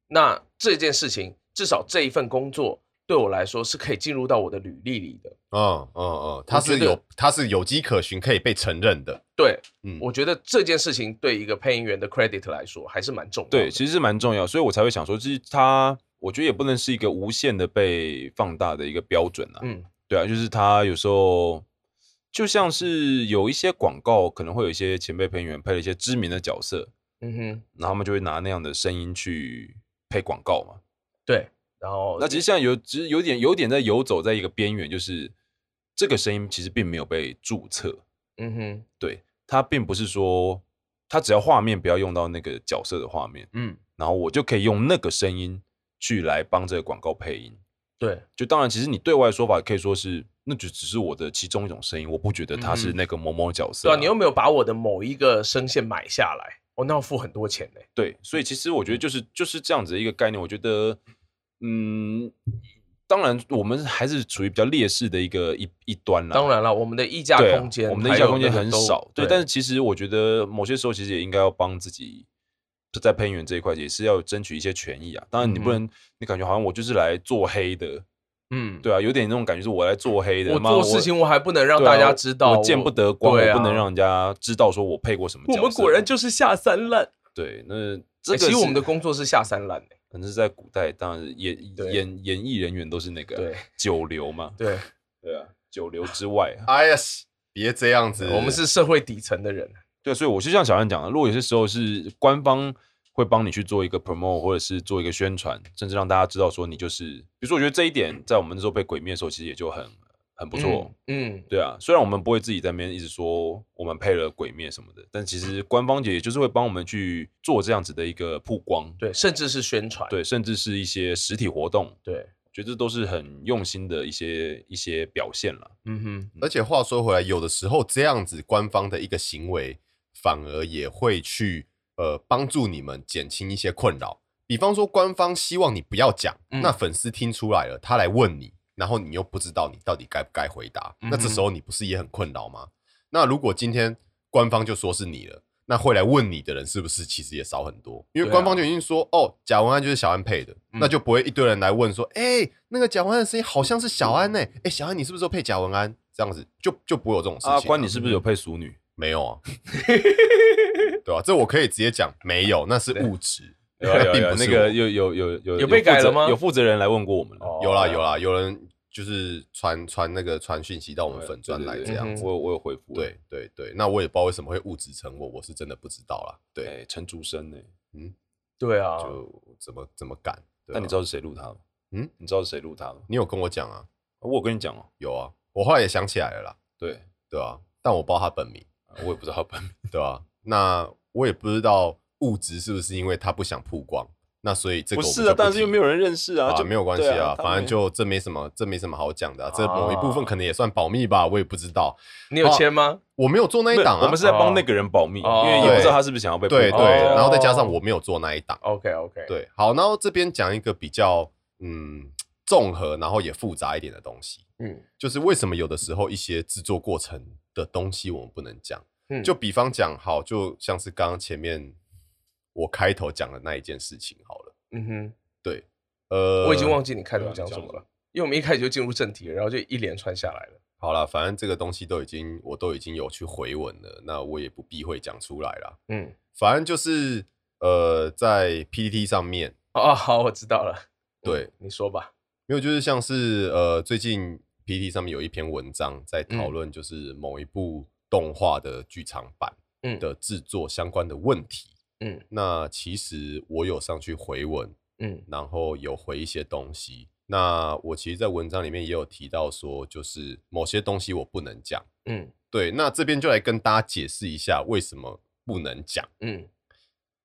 Speaker 1: 那这件事情至少这一份工作对我来说是可以进入到我的履历里的。
Speaker 2: 嗯嗯嗯，她是
Speaker 1: 觉得
Speaker 2: 有她是有迹可循，可以被承认的。
Speaker 1: 对，
Speaker 2: 嗯，
Speaker 1: 我觉得这件事情对一个配音员的 credit 来说还是蛮重要的。
Speaker 4: 对，其实是蛮重要，所以我才会想说，就是他，我觉得也不能是一个无限的被放大的一个标准啊。
Speaker 1: 嗯，
Speaker 4: 对啊，就是他有时候就像是有一些广告，可能会有一些前辈配音员配了一些知名的角色，
Speaker 1: 嗯哼，
Speaker 4: 然后他们就会拿那样的声音去配广告嘛。
Speaker 1: 对。然后
Speaker 4: 那其实现在有，只是有点有点在游走在一个边缘，就是这个声音其实并没有被注册，
Speaker 1: 嗯哼，
Speaker 4: 对，它并不是说它只要画面不要用到那个角色的画面，
Speaker 1: 嗯，
Speaker 4: 然后我就可以用那个声音去来帮这个广告配音。
Speaker 1: 对，啊
Speaker 4: 就当然，其实你对外的说法可以说是，那就只是我的其中一种声音，我不觉得他是
Speaker 1: 嗯
Speaker 4: 那个某某角色、
Speaker 1: 对啊，你又没有把我的某一个声线买下来，哦，那要付很多钱呢。
Speaker 4: 对，所以其实我觉得就是就是这样子的一个概念。我觉得，嗯，当然我们还是处于比较劣势的一个一一端啦。
Speaker 1: 当然了，我们的溢价
Speaker 4: 对啊
Speaker 1: 空间还有那个都，
Speaker 4: 我们的溢价空间很少。对，但是其实我觉得某些时候其实也应该要帮自己。在配音员这一块也是要争取一些权益啊，当然你不
Speaker 1: 嗯
Speaker 4: 能，你感觉好像我就是来做黑的，
Speaker 1: 嗯，
Speaker 4: 对啊，有点那种感觉是我来做黑的，
Speaker 1: 我
Speaker 4: 妈
Speaker 1: 做事情我还不能让
Speaker 4: 对啊
Speaker 1: 大家知道
Speaker 4: 我见不得光，
Speaker 1: 对啊
Speaker 4: 我不能让人家知道说我配过什么角色。
Speaker 1: 是下三滥。
Speaker 4: 对，那
Speaker 1: 欸
Speaker 4: 这个
Speaker 1: 其实我
Speaker 4: 是
Speaker 1: 们的工作是下三滥的、
Speaker 4: 反正是在古代，当然演
Speaker 1: 对
Speaker 4: 演演艺人员都是那个
Speaker 1: 对
Speaker 4: 九流嘛，
Speaker 1: 对，
Speaker 4: 对啊，九流之外啊，
Speaker 2: 哎呀，别这样子，
Speaker 1: 我们是社会底层的人。
Speaker 4: 对，所以我是像小安讲的，如果有些时候是官方会帮你去做一个 promo，或者是做一个宣传，甚至让大家知道说你就是，比如说我觉得这一点在我们那时候被鬼灭的时候，其实也就很很不错。
Speaker 1: 嗯，嗯，
Speaker 4: 对啊，虽然我们不会自己在那边一直说我们配了鬼灭什么的，但其实官方也就是会帮我们去做这样子的一个曝光，
Speaker 1: 对，甚至是宣传，
Speaker 4: 对，甚至是一些实体活动，
Speaker 1: 对，
Speaker 4: 觉得这都是很用心的一些一些表现了。
Speaker 1: 嗯哼，
Speaker 2: 而且话说回来，有的时候这样子官方的一个行为，反而也会去呃帮助你们减轻一些困扰。比方说，官方希望你不要讲，
Speaker 1: 嗯
Speaker 2: 那粉丝听出来了，他来问你，然后你又不知道你到底该不该回答，
Speaker 1: 嗯哼
Speaker 2: 那这时候你不是也很困扰吗？那如果今天官方就说是你了，那会来问你的人是不是其实也少很多？因为
Speaker 1: 对啊
Speaker 2: 官方就已经说，哦，贾文安就是小安配的，
Speaker 1: 嗯
Speaker 2: 那就不会一堆人来问说，哎、那个贾文安的声音好像是小
Speaker 4: 嗯
Speaker 2: 安呢、哎、小安你是不是有配贾文安？这样子就就不会有这种事
Speaker 1: 啊
Speaker 2: 情、啊
Speaker 4: 阿啊关，你是
Speaker 1: 嗯
Speaker 4: 不是有配熟女？
Speaker 2: 没有啊？ 对啊，这我可以直接讲，没有，那是物质。
Speaker 4: 有啊有啊
Speaker 2: 并
Speaker 4: 有啊
Speaker 2: 不是
Speaker 4: 那个
Speaker 2: 我
Speaker 4: 有有有有
Speaker 1: 有被
Speaker 4: 负责
Speaker 1: 改了吗
Speaker 4: 有负责人来问过我们了
Speaker 1: 哦
Speaker 2: 有啦有啦，有人就是传传那个传讯息到我们粉专来
Speaker 4: 对对嗯
Speaker 2: 这样子。
Speaker 4: 我有我有回复。
Speaker 2: 对对对，那我也不知道为什么会物质成我，我是真的不知道啦。对，
Speaker 4: 哎，陈竹生呢？
Speaker 1: 对啊，
Speaker 2: 就怎么怎么敢？对啊
Speaker 4: 但你知道是谁录他吗？
Speaker 2: 嗯，
Speaker 4: 你知道是谁录他吗？
Speaker 2: 你有跟我讲啊？
Speaker 4: 我有跟你讲哦，
Speaker 2: 有啊，我后来也想起来了啦。
Speaker 4: 对，啊
Speaker 2: 对啊，但我不知道他本名。
Speaker 4: 我也不知道他本名。
Speaker 2: 对啊，那我也不知道物质是不是因为他不想曝光，那所以这个
Speaker 4: 不
Speaker 2: 我们
Speaker 4: 是
Speaker 2: 就
Speaker 4: 啊，但是
Speaker 2: 提
Speaker 4: 又没有人认识啊，
Speaker 2: 啊，
Speaker 4: 就
Speaker 2: 没有关系
Speaker 4: 对
Speaker 2: 啊，
Speaker 4: 他
Speaker 2: 反正
Speaker 4: 没
Speaker 2: 就这没什么，这没什么好讲的、啊，这某一部分
Speaker 1: 啊
Speaker 2: 可能也算保密吧，我也不知道，
Speaker 1: 你
Speaker 4: 啊
Speaker 1: 有签吗？
Speaker 2: 我没有做那一
Speaker 4: 没有
Speaker 2: 档啊，
Speaker 4: 我们是在帮那个人保密，
Speaker 1: 哦
Speaker 4: 因为也不知道他是不是想要被
Speaker 2: 对
Speaker 4: 曝
Speaker 2: 对，
Speaker 4: 光
Speaker 1: 哦
Speaker 2: 然后再加上我没有做那一
Speaker 4: 哦
Speaker 2: 档，
Speaker 1: OK OK，，
Speaker 2: 对，好，然后这边讲一个比较嗯综合，然后也复杂一点的东西，
Speaker 1: 嗯
Speaker 2: 就是为什么有的时候一些制作过程的东西我们不能讲，
Speaker 1: 嗯，
Speaker 2: 就比方讲好，就像是刚刚前面我开头讲的那一件事情好了，
Speaker 1: 嗯哼，
Speaker 2: 对，呃，
Speaker 1: 我已经忘记你开头
Speaker 4: 对啊
Speaker 1: 讲
Speaker 4: 你
Speaker 1: 什
Speaker 4: 讲
Speaker 1: 么
Speaker 4: 什
Speaker 1: 了，因为我们一开始就进入正题了，然后就一连串下来了。
Speaker 2: 好了，反正这个东西都已经我都已经有去回文了，那我也不避讳讲出来啦。
Speaker 1: 嗯，
Speaker 2: 反正就是呃，在 PPT 上面，
Speaker 1: 哦，好，我知道了。
Speaker 2: 对
Speaker 1: 嗯，你说吧。
Speaker 2: 没有就是像是呃，最近 PPT 上面有一篇文章在
Speaker 1: 嗯
Speaker 2: 讨论，就是某一部动画的剧场版
Speaker 1: 嗯
Speaker 2: 的制作相关的问题。
Speaker 1: 嗯
Speaker 2: 那其实我有上去回文，
Speaker 1: 嗯
Speaker 2: 然后有回一些东西。那我其实，在文章里面也有提到说，就是某些东西我不能讲。
Speaker 1: 嗯
Speaker 2: 对，那这边就来跟大家解释一下为什么不能讲，
Speaker 1: 嗯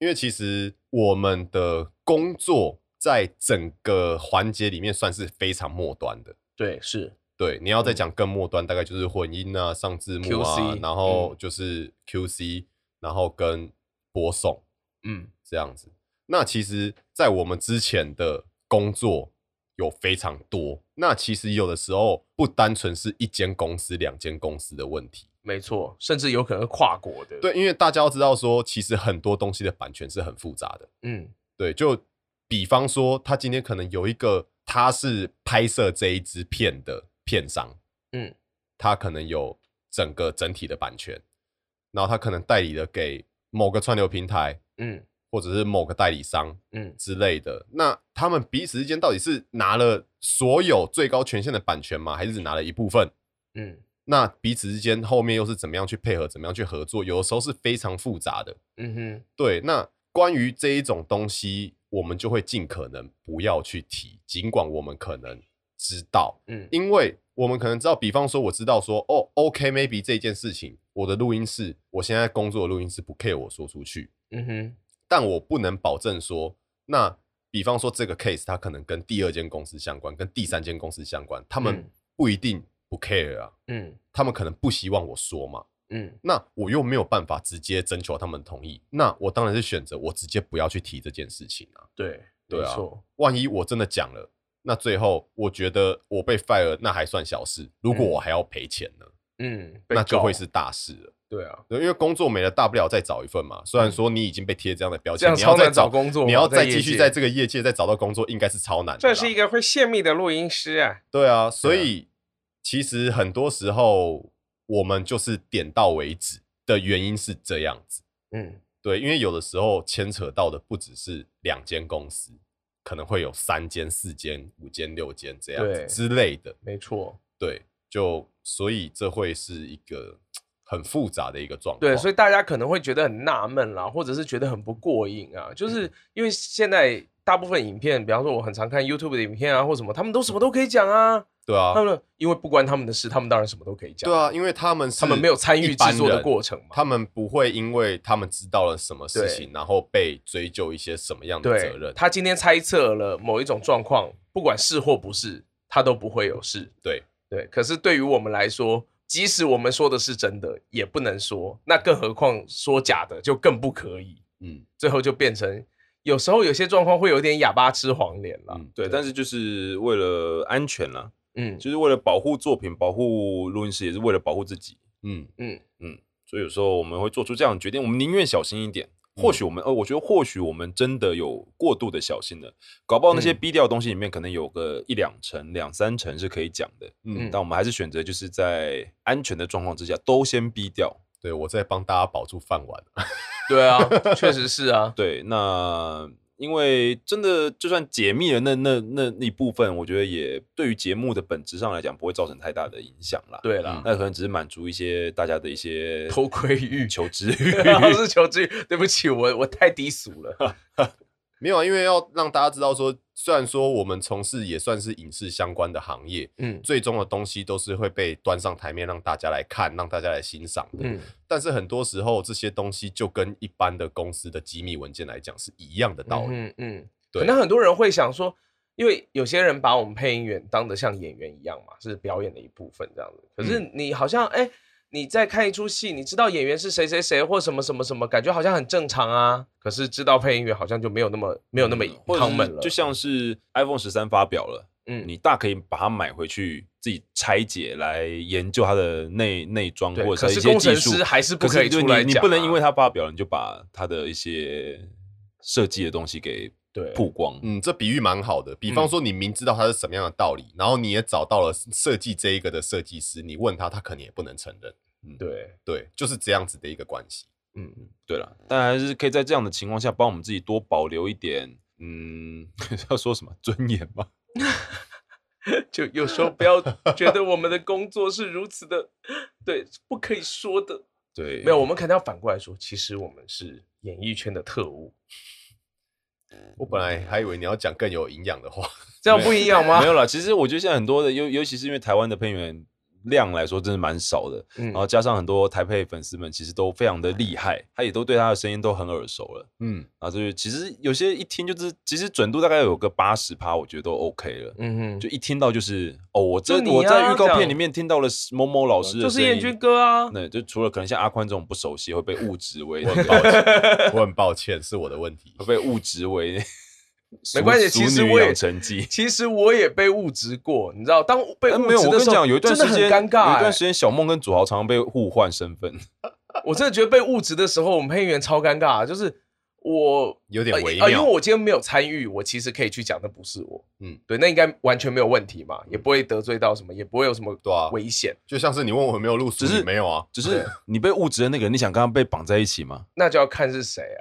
Speaker 2: 因为其实我们的工作在整个环节里面算是非常末端的。
Speaker 1: 对，是，
Speaker 2: 对，你要再讲更末端，大概就是混音啊、上字幕啊
Speaker 1: QC
Speaker 2: 然后就是 QC，、然后跟播送
Speaker 1: 嗯
Speaker 2: 这样子。那其实，在我们之前的工作有非常多，那其实有的时候不单纯是一间公司、两间公司的问题，
Speaker 1: 没错，甚至有可能是跨国的。
Speaker 2: 对，，因为大家要知道说，其实很多东西的版权是很复杂的。
Speaker 1: 嗯
Speaker 2: 对，就比方说，他今天可能有一个他是拍摄这一支片的片商，
Speaker 1: 嗯，
Speaker 2: 他可能有整个整体的版权，然后他可能代理了给某个串流平台
Speaker 1: 嗯
Speaker 2: 或者是某个代理商
Speaker 1: 嗯
Speaker 2: 之类的。那他们彼此之间到底是拿了所有最高权限的版权吗？还是只拿了一部分？
Speaker 1: 嗯
Speaker 2: 那彼此之间后面又是怎么样去配合，怎么样去合作？有的时候是非常复杂的。
Speaker 1: 嗯哼，
Speaker 2: 对，那关于这一种东西，我们就会尽可能不要去提，尽管我们可能知道，
Speaker 1: 嗯
Speaker 2: 因为我们可能知道，比方说我知道说，哦，OK，maybe、这件事情，我的录音室，我现在工作的录音室不 care 我说出去，
Speaker 1: 嗯哼，
Speaker 2: 但我不能保证说，那比方说这个 case 它可能跟第二间公司相关，跟第三间公司相关，他们
Speaker 1: 嗯
Speaker 2: 不一定不 care 啊，
Speaker 1: 嗯
Speaker 2: 他们可能不希望我说嘛，
Speaker 1: 嗯
Speaker 2: 那我又没有办法直接征求他们同意，那我当然是选择我直接不要去提这件事情啊。
Speaker 1: 对，
Speaker 2: 对
Speaker 1: 没
Speaker 2: 啊
Speaker 1: 错，
Speaker 2: 万一我真的讲了，那最后我觉得我被 fire 那还算小事，如果我还要赔钱呢，
Speaker 1: 嗯，被
Speaker 2: 那就
Speaker 1: 告
Speaker 2: 会是大事了。
Speaker 1: 对啊，
Speaker 2: 对因为工作没了，大不了再找一份嘛。虽然说你已经被贴这样的标
Speaker 1: 嗯这
Speaker 2: 签，
Speaker 1: 样
Speaker 2: 你要
Speaker 1: 超
Speaker 2: 再
Speaker 1: 难找工作嘛，
Speaker 2: 你要再
Speaker 1: 业
Speaker 2: 继续
Speaker 1: 界
Speaker 2: 在这个业界再找到工作，应该是超难的
Speaker 1: 这
Speaker 2: 啦。
Speaker 1: 是一个会泄密的录音师啊。
Speaker 2: 对啊，所以其实很多时候我们就是点到为止的原因是这样子。
Speaker 1: 嗯
Speaker 2: 对，因为有的时候牵扯到的不只是两间公司，可能会有三间、四间、五间、六间这样
Speaker 1: 对
Speaker 2: 子之类的，。
Speaker 1: 没错，
Speaker 2: 对，就所以这会是一个很复杂的一个状况。
Speaker 1: 对，所以大家可能会觉得很纳闷啦，或者是觉得很不过瘾啊，就是因为现在大部分影片，比方说我很常看 YouTube 的影片啊，或什么，他们都什么都可以讲啊，
Speaker 2: 对啊，
Speaker 1: 他们因为不关他们的事，他们当然什么都可以讲。
Speaker 2: 对，啊，因为他们是
Speaker 1: 他们没有参与
Speaker 2: 一般
Speaker 1: 制作的
Speaker 2: 人
Speaker 1: 过程嘛
Speaker 2: 他们不会因为他们知道了什么事
Speaker 1: 对
Speaker 2: 情，然后被追究一些什么样的责
Speaker 1: 对
Speaker 2: 任。
Speaker 1: 他今天猜测了某一种状况，不管是或不是，他都不会有事。
Speaker 2: 对
Speaker 1: 对，可是对于我们来说，即使我们说的是真的，也不能说，那更何况说假的就更不可以。
Speaker 2: 嗯，
Speaker 1: 最后就变成有时候有些状况会有点哑巴吃黄连了。
Speaker 2: 嗯
Speaker 4: 啊对，但是就是为了安全啦，
Speaker 1: 嗯，
Speaker 4: 就是为了保护作品、保护录音室，也是为了保护自己。
Speaker 2: 嗯，
Speaker 4: 所以有时候我们会做出这样的决定，我们宁愿小心一点。
Speaker 2: 嗯
Speaker 4: 或许我们，呃，我觉得或许我们真的有过度的小心了，搞不好那些
Speaker 1: 嗯
Speaker 4: 低调的东西里面可能有个一两成、两三成是可以讲的，
Speaker 2: 嗯
Speaker 1: 嗯
Speaker 4: 但我们还是选择就是在安全的状况之下都先低调。
Speaker 2: 对我在帮大家保住饭碗。
Speaker 1: 对 啊，确实是啊。
Speaker 4: 对，那因为真的就算解密了那那那那一部分，我觉得也对于节目的本质上来讲不会造成太大的影响啦。，
Speaker 1: 对啦，
Speaker 4: 那可能只是满足一些大家的一些
Speaker 1: 偷窥欲
Speaker 4: 求知欲。
Speaker 2: 嗯
Speaker 1: 是求知欲。对不起，我我太低俗了。
Speaker 2: 没有啊，因为要让大家知道说，虽然说我们从事也算是影视相关的行业，
Speaker 1: 嗯
Speaker 2: 最终的东西都是会被端上台面让大家来看，让大家来欣赏的。
Speaker 1: 嗯，
Speaker 2: 但是很多时候这些东西就跟一般的公司的机密文件来讲是一样的道理。
Speaker 1: 嗯嗯，
Speaker 2: 对
Speaker 1: 可能很多人会想说，因为有些人把我们配音员当得像演员一样嘛，是表演的一部分这样子。可
Speaker 4: 嗯
Speaker 1: 是你好像哎、你在看一出戏，你知道演员是谁谁谁或什么什么什么，感觉好像很正常啊。可是知道配音员好像就没有那么没有那么
Speaker 4: 嗯或者
Speaker 1: 亢
Speaker 4: 是
Speaker 1: 奋了，
Speaker 4: 就像是 iPhone 十三发表了，
Speaker 1: 嗯
Speaker 4: 你大可以把它买回去自己拆解来研究它的内内装
Speaker 1: 对
Speaker 4: 或者
Speaker 1: 可
Speaker 4: 一
Speaker 1: 是
Speaker 4: 些
Speaker 1: 工
Speaker 4: 技
Speaker 1: 程
Speaker 4: 术，
Speaker 1: 师还是不
Speaker 4: 可
Speaker 1: 可以
Speaker 4: 就
Speaker 1: 出来
Speaker 4: 你你
Speaker 1: 讲
Speaker 4: 不能
Speaker 1: 啊
Speaker 4: 因为它发表了你就把它的一些设计的东西给
Speaker 1: 对
Speaker 4: 曝光。
Speaker 2: 嗯，这比喻蛮好的。
Speaker 4: 嗯
Speaker 2: 比方说，你明知道它是什么样的道理，然后你也找到了设计这一个的设计师，你问他，他可能也不能承认。
Speaker 1: 对，
Speaker 2: 对，就是这样子的一个关系。
Speaker 1: 嗯，
Speaker 4: 对了，但还是可以在这样的情况下帮我们自己多保留一点，嗯， 要说什么尊严吗？
Speaker 1: 就有时候不要觉得我们的工作是如此的， 对，不可以说的。
Speaker 4: 对，
Speaker 1: 没有，我们可能要反过来说，其实我们是演艺圈的特务，
Speaker 2: 我本来还以为你要讲更有营养的话。
Speaker 1: 这样不一样吗
Speaker 4: 没？有啦，其实我觉得现在很多的，尤尤其是因为台湾的配音员量来说，真的蛮少的。
Speaker 1: 嗯哎
Speaker 4: 然后加上很多台配粉丝们，其实都非常的厉害，他也都对他的声音都很耳熟了。
Speaker 2: 嗯，
Speaker 4: 然后就是其实有些一听就是，其实准度大概有个八十趴，我觉得都 OK 了。
Speaker 1: 嗯哼，
Speaker 4: 就一听到就是哦，我这
Speaker 1: 就你啊
Speaker 4: 我在预告
Speaker 1: 这
Speaker 4: 片
Speaker 1: 样
Speaker 4: 里面听到了某某老师的
Speaker 1: 就是
Speaker 4: 声
Speaker 1: 燕
Speaker 4: 音
Speaker 1: 君哥啊
Speaker 4: 那就除了可能像阿宽这种不熟悉会被误植为
Speaker 2: 我
Speaker 4: 那
Speaker 2: 很
Speaker 4: 个
Speaker 2: 抱 歉，我很抱歉，是我的问题。
Speaker 4: 会被误植为俗。
Speaker 1: 没关系，
Speaker 4: 俗
Speaker 1: 其实
Speaker 4: 女
Speaker 1: 我也
Speaker 4: 养成记
Speaker 1: 其实我也被误植过，你知道，当 被
Speaker 4: 哎
Speaker 1: 误
Speaker 4: 没有，
Speaker 1: 植
Speaker 4: 我
Speaker 1: 的
Speaker 4: 跟你
Speaker 1: 时候，
Speaker 4: 讲，有一段
Speaker 1: 真
Speaker 4: 时
Speaker 1: 的很
Speaker 4: 间，
Speaker 1: 尴
Speaker 4: 有
Speaker 1: 尬、
Speaker 4: 一段时
Speaker 1: 欸。
Speaker 4: 间，小梦跟左豪常常被互换身份。
Speaker 1: 我真的觉得被误植的时候，我们配音员超尴尬、就是我
Speaker 2: 有点微
Speaker 1: 呃因为
Speaker 2: 妙
Speaker 1: 我今天没有参与，我其实可以去讲那不是我，
Speaker 2: 嗯
Speaker 1: 嗯，对，那应该完全没有问题
Speaker 4: 嗯
Speaker 1: 嘛，也不会得罪到什么，也不会有什么
Speaker 2: 对啊
Speaker 1: 危险，
Speaker 2: 就像是你问我有没有录书，
Speaker 4: 只是
Speaker 2: 你没有啊。
Speaker 4: 只是你被误植的那个人，你想跟他被绑在一起吗？
Speaker 1: 那就要看是谁啊，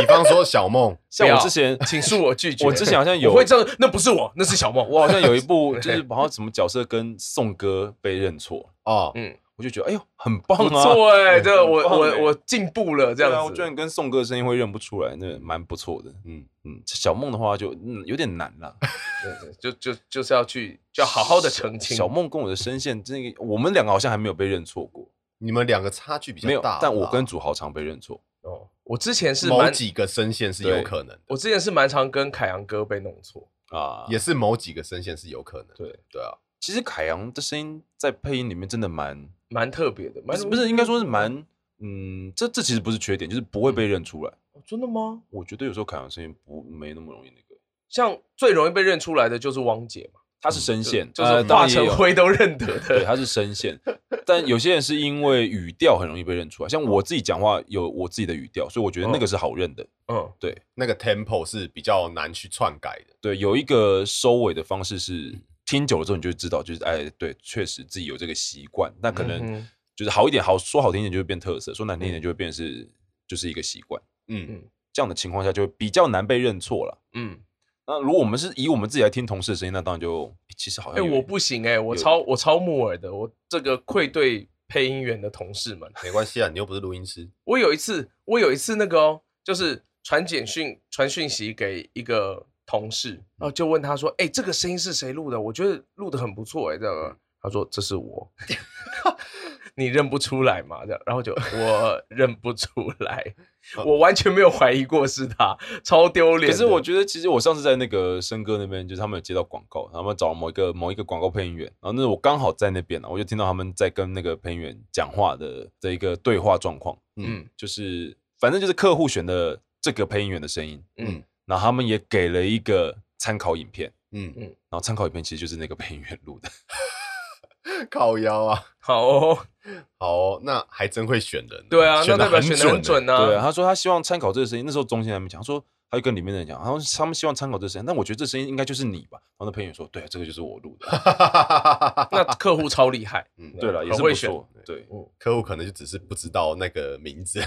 Speaker 2: 比方说小 梦，
Speaker 4: 像
Speaker 1: 不
Speaker 4: 我
Speaker 1: 要
Speaker 4: 之前，
Speaker 1: 请恕我拒绝。
Speaker 4: 我之前好像有
Speaker 1: 我会这样，那不是我，那是小梦，
Speaker 4: 我好像有一 部就是好像什么角色跟宋哥被认错，
Speaker 2: 哦，
Speaker 1: 嗯
Speaker 4: 我就觉得哎呦很棒
Speaker 1: 不
Speaker 4: 啊，
Speaker 1: 错哎、
Speaker 4: 对
Speaker 1: 这个我
Speaker 4: 很棒欸
Speaker 1: 我我进步了，这样
Speaker 4: 对啊，
Speaker 1: 子。
Speaker 4: 我居然跟宋哥的声音会认不出来，那蛮不错的。
Speaker 2: 嗯，
Speaker 4: 嗯，小梦的话就嗯有点难啦，
Speaker 1: 对对，就就就是要去，就要好好的澄清。
Speaker 4: 小梦跟我的声线，这个我们两个好像还没有被认错过，
Speaker 2: 你们两个差距比
Speaker 4: 没
Speaker 2: 较
Speaker 4: 有
Speaker 2: 大啦，。
Speaker 4: 但我跟祖豪常被认错，
Speaker 1: 哦，我之前是
Speaker 2: 某
Speaker 1: 蛮，
Speaker 2: 几个声线是有可能的，
Speaker 1: 我之前是蛮常跟凯阳哥被弄错。
Speaker 4: 啊，
Speaker 2: 也是某几个声线是有可能的。
Speaker 1: 对
Speaker 2: 对啊，
Speaker 4: 其实凯阳的声音在配音里面真的蛮，
Speaker 1: 蛮特别的，
Speaker 4: 不
Speaker 1: 蛮啊
Speaker 4: 是不是，应该说是蛮，嗯，这这其实不是缺点，就是不会被认出来。
Speaker 1: 哦真的吗？
Speaker 4: 我觉得有时候凯阳声音不没那么容易那个，
Speaker 1: 像最容易被认出来的就是汪姐嘛，
Speaker 4: 他是声线，
Speaker 1: 嗯
Speaker 4: 呃
Speaker 1: 就是
Speaker 4: 大
Speaker 1: 化成，灰都认得
Speaker 4: 对，
Speaker 1: 的。
Speaker 4: 他是声线，但有些人是因为语调很容易被认出来，像我自己讲话有我自己的语调，所以我觉得
Speaker 1: 哦
Speaker 4: 那个是好认的。
Speaker 1: 嗯，
Speaker 4: 对
Speaker 2: 那个 tempo 是比较难去篡改的。
Speaker 4: 对，有一个收尾的方式
Speaker 1: 嗯
Speaker 4: 是。听久了之后你就知道，就是哎，对，确实自己有这个习惯，那可能
Speaker 1: 嗯哼嗯
Speaker 4: 就是好一点，好说好听一点就会变特色，说难听一点就会变是就是一个习惯。
Speaker 2: 嗯，
Speaker 4: 这样的情况下就比较难被认错了。
Speaker 1: 嗯，
Speaker 4: 那如果我们是以我们自己来听同事的声音，那当然就欸其实好
Speaker 1: 哎、
Speaker 4: 像有
Speaker 1: 我不行哎、我
Speaker 4: 有
Speaker 1: 超我超木耳的，我这个愧对配音员的同事们。
Speaker 2: 没关系啊，你又不是录音师，
Speaker 1: 我有一次，我有一次那个哦，就是传简讯、传讯息给一个同事，然后就问他说：“哎、这个声音是谁录的？我觉得录的很不错、哎，这个。”他说：“这是我。” 你认不出来嘛？这样，然后就我认不出来，我完全没有怀疑过是他，超丢脸的。
Speaker 4: 可是我觉得，其实我上次在那个森哥那边，就是他们有接到广告，然后他们找某一个某一个广告配音员，然后那我刚好在那边啊，我就听到他们在跟那个配音员讲话的的一个对话状况，
Speaker 2: 嗯
Speaker 1: 嗯
Speaker 4: 就是反正就是客户选的这个配音员的声音，
Speaker 1: 嗯
Speaker 4: 嗯，然后他们也给了一个参考影片，
Speaker 2: 嗯，
Speaker 4: 然后参考影片其实就是那个配音员录的，
Speaker 1: 嗯
Speaker 2: 靠腰啊，
Speaker 1: 好、哦，
Speaker 2: 好哦、那还真会选人，
Speaker 1: 对啊，那代表
Speaker 2: 很
Speaker 1: 选的很准
Speaker 2: 呢、
Speaker 1: 啊。
Speaker 4: 对啊，他说他希望参考这个声音，那时候中心还没讲，他说他就跟里面的人讲，他说他们希望参考这个声音，但我觉得这声音应该就是你吧，然后那配音员说，对、啊，这个就是我录 的，
Speaker 1: 那客户超厉害，
Speaker 2: 嗯，
Speaker 4: 对了，也
Speaker 1: 很
Speaker 4: 是
Speaker 1: 会
Speaker 4: 不
Speaker 1: 选
Speaker 4: 错，对。
Speaker 2: 客户可能就只是不知道那个名字，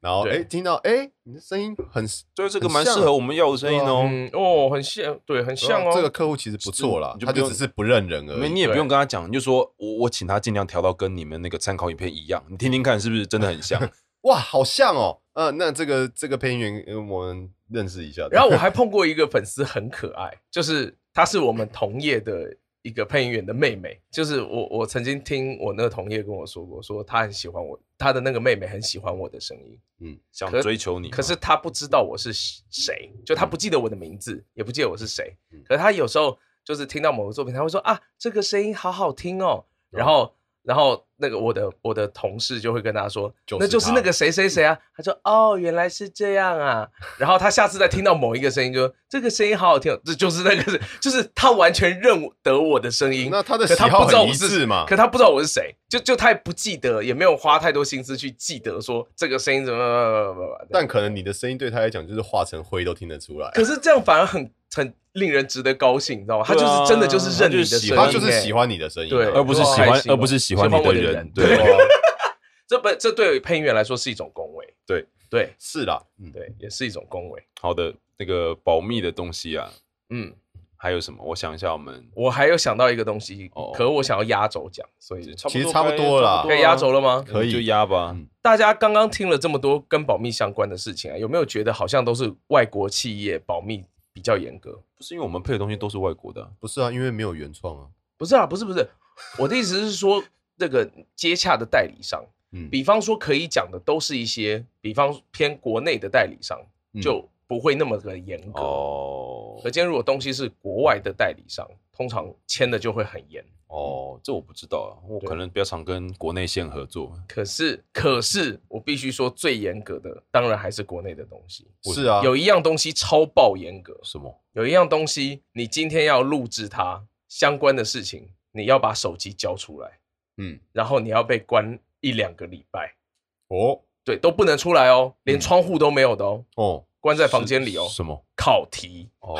Speaker 2: 然后
Speaker 1: 对
Speaker 2: 哎、诶听到哎、诶你的声音很
Speaker 4: 所以这个
Speaker 2: 很
Speaker 4: 蛮适
Speaker 2: 像
Speaker 4: 合我们要的声音哦。
Speaker 1: 嗯，哦，很像，对，很像哦。
Speaker 2: 啊这个客户其实不错啦
Speaker 4: 你，就
Speaker 2: 他
Speaker 4: 不用
Speaker 2: 就只是不认人而
Speaker 4: 没，
Speaker 2: 已。
Speaker 4: 你也不用跟他讲，你就说我我请他尽量调到跟你们那个参考影片一样，你听听看是不是真的很像？
Speaker 2: 哇，好像哦，呃，那这个这个配音员呃我们认识一下。
Speaker 1: 然后我还碰过一个粉丝很可爱， 就是她是我们同业的一个配音员的妹妹，就是我我曾经听我那个同业跟我说过，说她很喜欢我，她的那个妹妹很喜欢我的声音，
Speaker 4: 嗯想
Speaker 1: 可
Speaker 4: 追求你吗，
Speaker 1: 可是她不知道我是谁，就她不记得我的名字，也不记得我是谁
Speaker 2: 嗯，
Speaker 1: 可是她有时候就是听到某个作品，她会说啊这个声音好好听哦，然后。然后那个我的我的同事就会跟她说，
Speaker 2: 就是
Speaker 1: 那就是
Speaker 2: 她
Speaker 1: 那个谁谁谁啊，他说哦原来是这样啊，然后他下次再听到某一个声音就，说这个声音好好听哦，这就是那个， 就是他完全认得我的声音，
Speaker 2: 那他的
Speaker 1: 可
Speaker 2: 喜好
Speaker 1: 不知道
Speaker 2: 很
Speaker 1: 我
Speaker 2: 一
Speaker 1: 是
Speaker 2: 致嘛？
Speaker 1: 可他不知道我是谁，就就他也不记得，也没有花太多心思去记得说这个声音怎么怎么怎么怎么
Speaker 2: 但可能你的声音对他来讲就是化成灰都听得出来，啊
Speaker 1: 可是这样反而很很令人值得高兴，你知道吗？他就
Speaker 4: 对啊
Speaker 1: 是真的就是认你的
Speaker 4: 他
Speaker 1: 声音，欸
Speaker 2: 他就
Speaker 4: 就是喜欢
Speaker 2: 是喜
Speaker 1: 欢。
Speaker 2: 欢你的声音啊，
Speaker 1: 对
Speaker 4: 而不是
Speaker 1: 哇
Speaker 4: 喜
Speaker 1: 开
Speaker 4: 欢，
Speaker 1: 心哦
Speaker 4: 而不是喜欢
Speaker 1: 喜欢
Speaker 4: 你
Speaker 1: 我
Speaker 4: 的
Speaker 1: 的
Speaker 4: 人
Speaker 1: 人，
Speaker 4: 对
Speaker 2: 哇，
Speaker 1: 这本这对配音员来说是一种恭维，
Speaker 4: 对
Speaker 1: 对
Speaker 2: 是啦，嗯，
Speaker 1: 对，也是一种恭维。
Speaker 4: 好的，那个保密的东西啊，
Speaker 1: 嗯，
Speaker 4: 还有什么？我想一下，我们
Speaker 1: 我还有想到一个东西，
Speaker 4: 哦
Speaker 1: 可我想要压轴讲，所以
Speaker 4: 差不多
Speaker 2: 其实差不多啦
Speaker 1: 可以压轴了吗？
Speaker 2: 可以
Speaker 4: 就压吧。
Speaker 2: 嗯
Speaker 1: 大家刚刚听了这么多跟保密相关的事情啊，有没有觉得好像都是外国企业保密比较严格？
Speaker 4: 不是因为我们配的东西都是外国的啊，
Speaker 2: 不是啊，因为没有原创啊，
Speaker 1: 不是啊，不是不是，我的意思是说，这个接洽的代理商，
Speaker 2: 嗯，
Speaker 1: 比方说可以讲的都是一些，比方偏国内的代理商
Speaker 2: 嗯
Speaker 1: 就不会那么的严格。
Speaker 4: 哦
Speaker 1: 可今天如果东西是国外的代理商，通常签的就会很严。
Speaker 4: 哦，这我不知道啊，我
Speaker 1: 对
Speaker 4: 可能比较常跟国内线合作。
Speaker 1: 可是，可是我必须说，最严格的当然还是国内的东西。
Speaker 2: 是啊，
Speaker 1: 有一样东西超爆严格，
Speaker 4: 什么？
Speaker 1: 有一样东西，你今天要录制它相关的事情，你要把手机交出来，
Speaker 2: 嗯，
Speaker 1: 然后你要被关一两个礼拜，
Speaker 2: 哦
Speaker 1: 对，都不能出来哦，连
Speaker 2: 嗯
Speaker 1: 窗户都没有的哦，
Speaker 2: 哦，
Speaker 1: 关在房间里哦。
Speaker 4: 什么？
Speaker 1: 考题，
Speaker 4: 哦，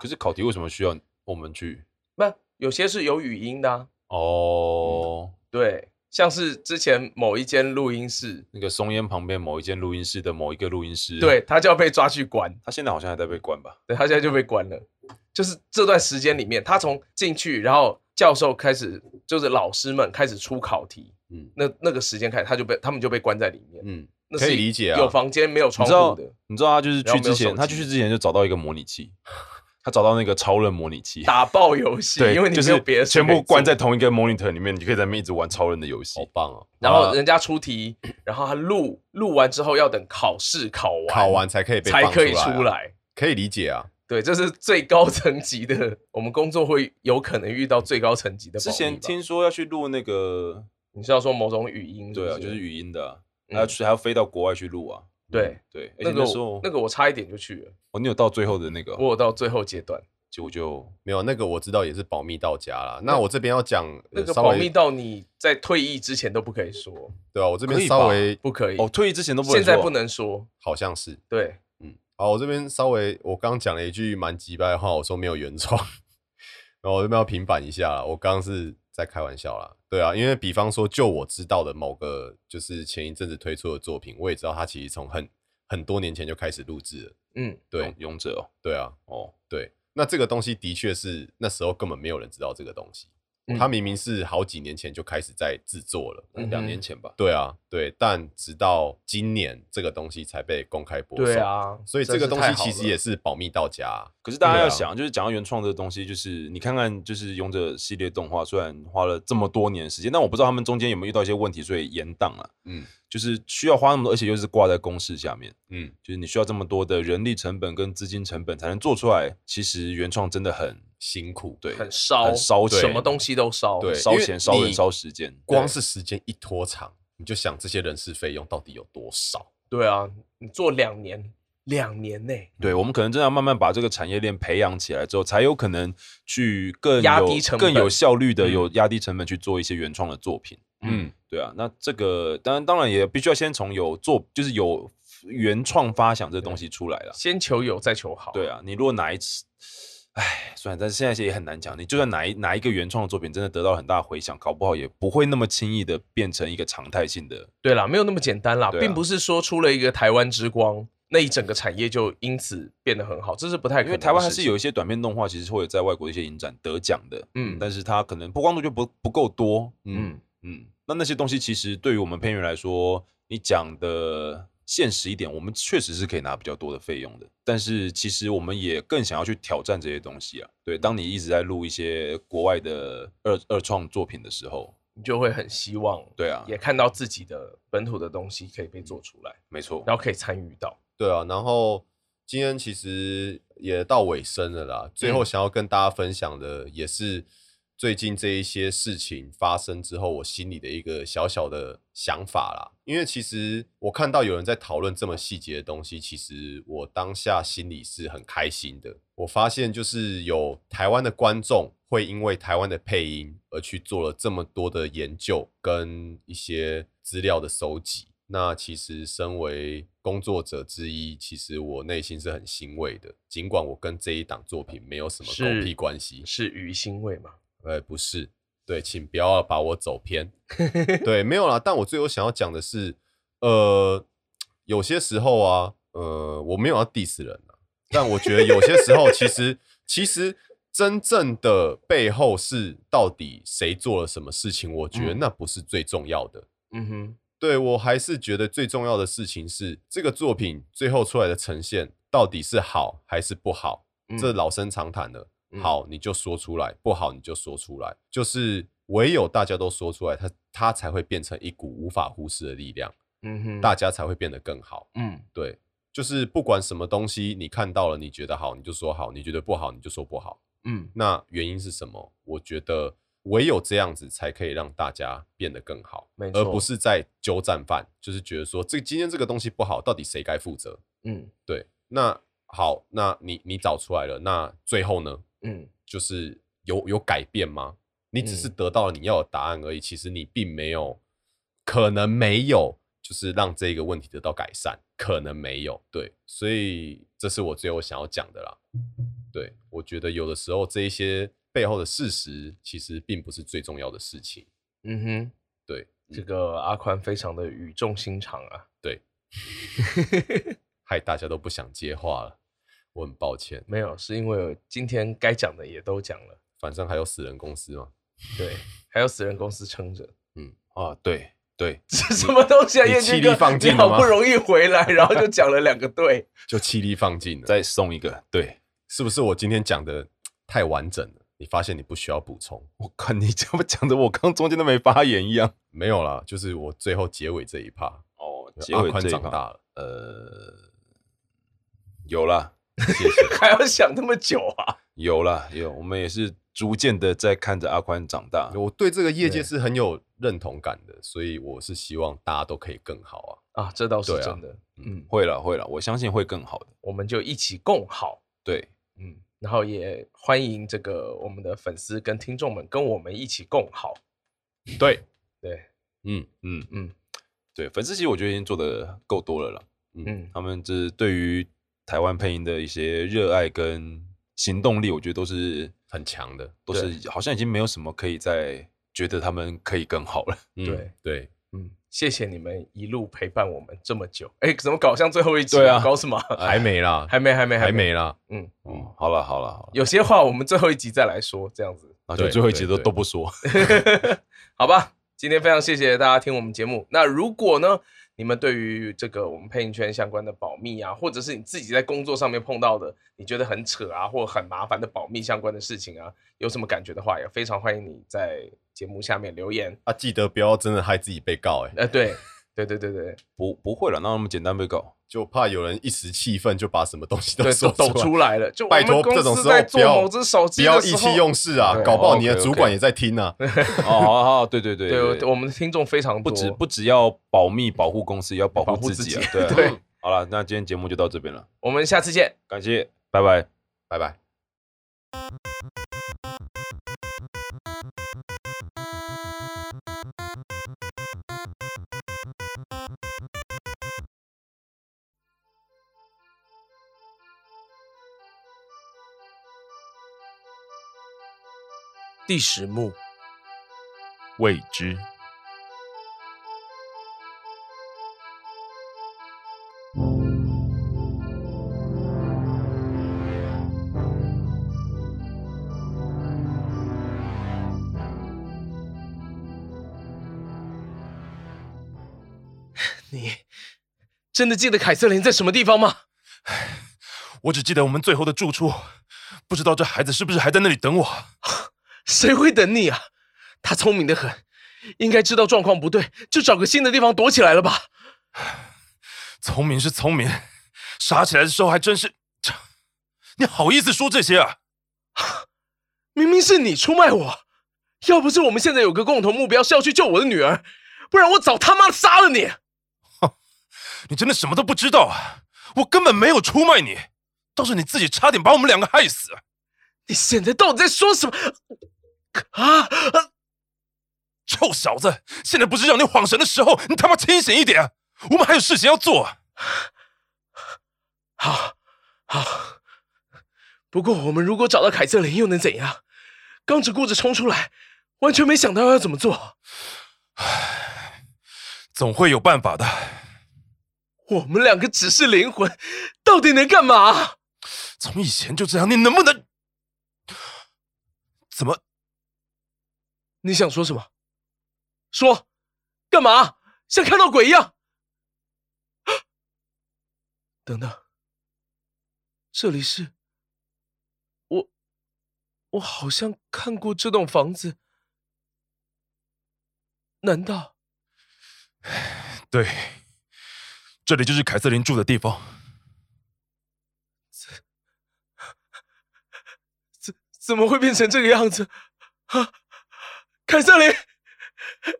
Speaker 4: 可是考题为什么需要我们去？
Speaker 1: 那有些是有语音的、啊，
Speaker 4: 哦，
Speaker 1: 对，像是之前某一间录音室，
Speaker 4: 那个松烟旁边某一间录音室的某一个录音师，
Speaker 1: 对，他就要被抓去关，
Speaker 4: 他现在好像还在被关吧？
Speaker 1: 对他现在就被关了。就是这段时间里面，他从进去，然后教授开始，就是老师们开始出考题，
Speaker 2: 嗯
Speaker 1: 那那个时间开始，他就被他们就被关在里面。
Speaker 2: 嗯，
Speaker 1: 那
Speaker 2: 可以
Speaker 1: 是一
Speaker 2: 理解啊
Speaker 1: 有房间没有
Speaker 4: 你
Speaker 1: 窗
Speaker 4: 知道
Speaker 1: 户的，，
Speaker 4: 你知道他就是
Speaker 1: 然后
Speaker 4: 去
Speaker 1: 没有
Speaker 4: 之
Speaker 1: 手
Speaker 4: 前，
Speaker 1: 机
Speaker 4: 他去之前就找到一个模拟 器，他找到那个超人模拟器，
Speaker 1: 打爆游戏，
Speaker 4: 对，
Speaker 1: 因为你
Speaker 4: 就
Speaker 1: 没有别的
Speaker 4: 是
Speaker 1: 事可以
Speaker 4: 全
Speaker 1: 做
Speaker 4: 部关在，同一个 monitor 里面，你可以在那边一直玩超人的游戏
Speaker 2: 好。棒哦，
Speaker 1: 然后呃人家出题，然后他录录完之后要等考试考完，
Speaker 2: 考完才可以被
Speaker 1: 才
Speaker 2: 放
Speaker 1: 可以
Speaker 2: 啊
Speaker 1: 出，来。
Speaker 2: 可以理解啊，
Speaker 1: 对，这是最高层级的，我们工作会有可能遇到最高层级的保密
Speaker 4: 之
Speaker 1: 吧。
Speaker 4: 前听说要去录那个，
Speaker 1: 你是要说某种语音不
Speaker 4: 对啊，就是语音的啊，
Speaker 1: 嗯
Speaker 4: 还要去还要飞到国外去录啊。
Speaker 1: 对
Speaker 4: 对，而且
Speaker 1: 那个
Speaker 4: 那时
Speaker 1: 我
Speaker 4: 候
Speaker 1: 那个我差一点就去了，
Speaker 4: 哦，你有到最后的那个啊，
Speaker 1: 我有到最后阶段，
Speaker 4: 结果就
Speaker 2: 没有那个我知道也是保密到家啦。那我这边要讲
Speaker 1: 那
Speaker 2: 呃
Speaker 1: 个
Speaker 2: 稍
Speaker 1: 保
Speaker 2: 微
Speaker 1: 密到你在退役之前都不可以说，
Speaker 2: 对啊，我这
Speaker 4: 可
Speaker 2: 边
Speaker 4: 以吧
Speaker 2: 稍微
Speaker 1: 不可以，
Speaker 4: 哦，退役之前都不能
Speaker 1: 现在
Speaker 4: 说啊
Speaker 1: 不能说，
Speaker 2: 好像是，
Speaker 1: 对，
Speaker 2: 嗯，好，我这边稍微我刚讲了一句蛮鸡掰的话，我说没有原创，然后我这边要平反一下啦，我刚刚是在开玩笑啦，对啊，因为比方说就我知道的某个就是前一阵子推出的作品，我也知道它其实从很很多年前就开始录制了，
Speaker 1: 嗯，
Speaker 2: 对
Speaker 4: 勇勇者哦
Speaker 2: 对啊，
Speaker 4: 哦，
Speaker 2: 对，那这个东西的确是那时候根本没有人知道这个东西，
Speaker 1: 嗯
Speaker 2: 它明明是好几年前就开始在制作了。
Speaker 1: 嗯哼
Speaker 4: 两年前吧。
Speaker 2: 对啊，对，但直到今年这个东西才被公开播
Speaker 1: 对
Speaker 2: 送，
Speaker 1: 啊，
Speaker 2: 所以这
Speaker 1: 真是
Speaker 2: 个东
Speaker 1: 太
Speaker 2: 西
Speaker 1: 好
Speaker 2: 其实
Speaker 1: 了
Speaker 2: 也是保密到家啊、
Speaker 4: 可是大家
Speaker 2: 对啊
Speaker 4: 要想，就是讲到原创的东西，就是你看看，就是勇者系列动画，虽然花了这么多年的时间，但我不知道他们中间有没有遇到一些问题，所以延档了。
Speaker 2: 嗯
Speaker 4: 就是需要花那么多，而且又是挂在公式下面，
Speaker 2: 嗯，
Speaker 4: 就是你需要这么多的人力成本跟资金成本才能做出来。其实原创真的很
Speaker 2: 辛苦，
Speaker 4: 对，
Speaker 1: 很烧
Speaker 4: 很烧
Speaker 1: 什
Speaker 4: 钱
Speaker 1: 么东西都烧，
Speaker 2: 对，
Speaker 4: 烧
Speaker 2: 因为
Speaker 4: 钱烧人
Speaker 2: 你
Speaker 4: 烧时间
Speaker 2: 光是时间一拖长，你就想这些人事费用到底有多少？
Speaker 1: 对啊，你做两年，两年内
Speaker 4: 对，我们可能真的要慢慢把这个产业链培养起来之后，才有可能去更
Speaker 1: 压
Speaker 4: 有
Speaker 1: 低成
Speaker 4: 更有
Speaker 1: 本
Speaker 4: 效率的、
Speaker 1: 嗯
Speaker 4: 有压低成本去做一些原创的作品。
Speaker 1: 嗯
Speaker 2: 嗯，
Speaker 4: 对啊，那这个当然当然也必须要先从有做就是有原创发想这东西出来了。
Speaker 1: 先求有再求好，
Speaker 4: 对，啊，你如果哪一次，唉，算了，但是现在也很难讲。你就算哪一哪一个原创的作品真的得到很大的回响，搞不好也不会那么轻易的变成一个常态性的。
Speaker 1: 对啦，没有那么简单啦，
Speaker 4: 对啊
Speaker 1: 并不是说出了一个台湾之光，那一整个产业就因此变得很好，这是不太可
Speaker 4: 因
Speaker 1: 能
Speaker 4: 为
Speaker 1: 的事情。
Speaker 4: 台湾还是有一些短片动画，其实会有在外国的一些影展得奖的，
Speaker 1: 嗯
Speaker 4: 但是它可能曝光度就不不够多。嗯
Speaker 1: 嗯
Speaker 4: 嗯，那那些东西其实对于我们配音员来说，你讲的现实一点，我们确实是可以拿比较多的费用的。但是其实我们也更想要去挑战这些东西啊。对，当你一直在录一些国外的二二创作品的时候，
Speaker 1: 你就会很希望，
Speaker 4: 对啊
Speaker 1: 也看到自己的本土的东西可以被做出来，
Speaker 4: 没错，
Speaker 1: 然后可以参与到。
Speaker 2: 对啊，然后今天其实也到尾声了啦，最后想要跟大家分享的也是最近这一些事情发生之后，我心里的一个小小的想法啦。因为其实我看到有人在讨论这么细节的东西，其实我当下心里是很开心的。我发现就是有台湾的观众会因为台湾的配音而去做了这么多的研究跟一些资料的搜集。那其实身为工作者之一，其实我内心是很欣慰的，尽管我跟这一档作品没有什么
Speaker 1: 是
Speaker 2: 狗屁关系，
Speaker 1: 是鱼腥味嘛？
Speaker 2: 呃，不是，对，请不要把我 走偏。对，没有啦。但我最后想要讲的是，呃，有些时候啊，呃，我没有要 diss 人啊，但我觉得有些时候，其实 其实真正的背后是到底谁做了什么事情，我觉得
Speaker 1: 嗯
Speaker 2: 那不是最重要的。
Speaker 1: 嗯哼，
Speaker 2: 对我还是觉得最重要的事情是，这个作品最后出来的呈现到底是好还是不好，
Speaker 1: 嗯
Speaker 2: 这老生常谈的。
Speaker 1: 嗯
Speaker 2: 好你就说出来，不好你就说出来，就是唯有大家都说出来，它它才会变成一股无法忽视的力量，
Speaker 1: 嗯哼，
Speaker 2: 大家才会变得更好。
Speaker 1: 嗯
Speaker 2: 对，就是不管什么东西你看到了，你觉得好你就说好，你觉得不好你就说不好。
Speaker 1: 嗯，
Speaker 2: 那原因是什么？我觉得唯有这样子才可以让大家变得更好，
Speaker 1: 没错
Speaker 2: 而不是在纠战犯，就是觉得说这今天这个东西不好，到底谁该负责？
Speaker 1: 嗯
Speaker 2: 对，那好，那你你找出来了，那最后呢，
Speaker 1: 嗯，
Speaker 2: 就是有有改变吗？你只是
Speaker 1: 嗯
Speaker 2: 得到了你要的答案而已，其实你并没有，可能没有，就是让这个问题得到改善，可能没有。对，所以这是我最后想要讲的啦。对，我觉得有的时候这一些背后的事实，其实并不是最重要的事情。
Speaker 1: 嗯哼，
Speaker 2: 对，
Speaker 1: 这个阿宽非常的语重心长啊，
Speaker 2: 害大家都不想接话了，我很抱歉。
Speaker 1: 没有，是因为今天该讲的也都讲了，
Speaker 2: 反正还有死人公司嘛，
Speaker 1: 对，还有死人公司撑着，
Speaker 4: 啊，对对，
Speaker 1: 这什么东西啊？
Speaker 2: 你
Speaker 1: 燕君
Speaker 2: 气力
Speaker 1: 哥，
Speaker 2: 放尽
Speaker 1: 你
Speaker 2: 了
Speaker 1: 好
Speaker 2: 吗
Speaker 1: 不容易回来，然后就讲了两个 对，
Speaker 2: 就气力放尽了。
Speaker 4: 再送一个，对
Speaker 2: 是不是我今天讲的太完整了？你发现你不需要补充？
Speaker 4: 我靠，你这么讲的，我刚中间都没发言一样。
Speaker 2: 没有啦，就是我最后结尾这一趴，
Speaker 4: 哦，结
Speaker 2: 阿
Speaker 4: 尾
Speaker 2: 宽
Speaker 4: 这一
Speaker 2: 长
Speaker 4: 趴
Speaker 2: 大了，
Speaker 4: 呃，有啦，
Speaker 1: 还要想那么久啊？
Speaker 4: 有啦，有，我们也是逐渐的在看着阿宽长大。
Speaker 2: 我对这个业界
Speaker 1: 对
Speaker 2: 是很有认同感的，所以我是希望大家都可以更好啊。
Speaker 1: 啊，这倒是
Speaker 2: 对啊
Speaker 1: 真的，嗯，
Speaker 4: 会了，会了，我相信会更好的。
Speaker 1: 我们就一起共好。
Speaker 4: 对，
Speaker 1: 嗯，然后也欢迎这个我们的粉丝跟听众们跟我们一起共好。
Speaker 2: 对，
Speaker 1: 对，
Speaker 2: 嗯，
Speaker 4: 嗯
Speaker 1: 嗯
Speaker 4: 嗯，对，粉丝其实我觉得已经做的够多了啦。
Speaker 1: 嗯，
Speaker 4: 他们这对于台湾配音的一些热爱跟行动力，我觉得都是
Speaker 2: 很强的，
Speaker 4: 都是好像已经没有什么可以再觉得他们可以更好了。
Speaker 2: 嗯
Speaker 1: 对
Speaker 2: 对，
Speaker 1: 嗯，谢谢你们一路陪伴我们这么久。哎，怎么搞像最后一集？
Speaker 4: 对啊
Speaker 1: 搞什么？
Speaker 2: 还没啦，
Speaker 1: 还没，还没，
Speaker 2: 还。没啦，
Speaker 1: 嗯，
Speaker 4: 嗯，好了好了好了，
Speaker 1: 有些话我们最后一集再来说，这样子，
Speaker 4: 那就
Speaker 2: 对
Speaker 4: 最后一集
Speaker 2: 对
Speaker 4: 都
Speaker 2: 对
Speaker 4: 都不说。
Speaker 1: 好吧？今天非常谢谢大家听我们节目。那如果呢，你们对于这个我们配音圈相关的保密啊，或者是你自己在工作上面碰到的，你觉得很扯啊，或很麻烦的保密相关的事情啊，有什么感觉的话，也非常欢迎你在节目下面留言。
Speaker 2: 啊，记得不要真的害自己被告，哎，
Speaker 1: 呃，对，对对对对，
Speaker 4: 不不会了，那那么简单被告？
Speaker 2: 就怕有人一时气愤就把什么东西都
Speaker 1: 对，
Speaker 2: 说
Speaker 1: 都抖出
Speaker 2: 来，
Speaker 1: 来了。就
Speaker 2: 拜托，这种时候
Speaker 1: 在
Speaker 2: 不
Speaker 1: 做
Speaker 2: 要
Speaker 1: 某只手机
Speaker 2: 不要
Speaker 1: 的时
Speaker 2: 意
Speaker 1: 候，
Speaker 2: 气用事啊
Speaker 1: 对，
Speaker 2: 搞不好你的
Speaker 4: 哦，OK，OK
Speaker 2: 主管也在听啊，
Speaker 4: 哦，好好好，对对对
Speaker 1: 对，我我们听众非常
Speaker 4: 不
Speaker 1: 多，
Speaker 4: 只不只要保密保护公司，也要保
Speaker 1: 保
Speaker 4: 护
Speaker 1: 护
Speaker 4: 自
Speaker 1: 自
Speaker 4: 己啊。
Speaker 1: 己
Speaker 4: 对啊
Speaker 1: 对
Speaker 4: 好了，那今天节目就到这边了，
Speaker 1: 我们下次见。
Speaker 4: 感谢，拜拜。
Speaker 2: 拜拜。
Speaker 1: 第十幕，
Speaker 5: 未知。
Speaker 1: 你真的记得凯瑟琳在什么地方吗？
Speaker 5: 我只记得我们最后的住处，不知道这孩子是不是还在那里等我。
Speaker 1: 谁会等你啊？他聪明的很，应该知道状况不对，就找个新的地方躲起来了吧？
Speaker 5: 聪明是聪明，傻起来的时候还真是……这你好意思说这些啊？
Speaker 1: 明明是你出卖我，要不是我们现在有个共同目标是要去救我的女儿，不然我早他妈杀了你！
Speaker 5: 你真的什么都不知道啊！我根本没有出卖你，倒是你自己差点把我们两个害死。啊
Speaker 1: 你现在到底在说什么？啊啊！
Speaker 5: 臭小子，现在不是让你晃神的时候，你他妈清醒一点！啊我们还有事情要做。啊
Speaker 1: 好，好。啊不过我们如果找到凯瑟琳，又能怎样？刚只顾着冲出来，完全没想到要怎么做。
Speaker 5: 总会有办法的。
Speaker 1: 我们两个只是灵魂，到底能干嘛？
Speaker 5: 从以前就这样，你能不能？怎么？
Speaker 1: 你想说什么？说，干嘛？像看到鬼一样？等等，这里是……我，我好像看过这栋房子。难道？
Speaker 5: 对，这里就是凯瑟琳住的地方。
Speaker 1: 怎怎么会变成这个样子？啊，凯瑟琳，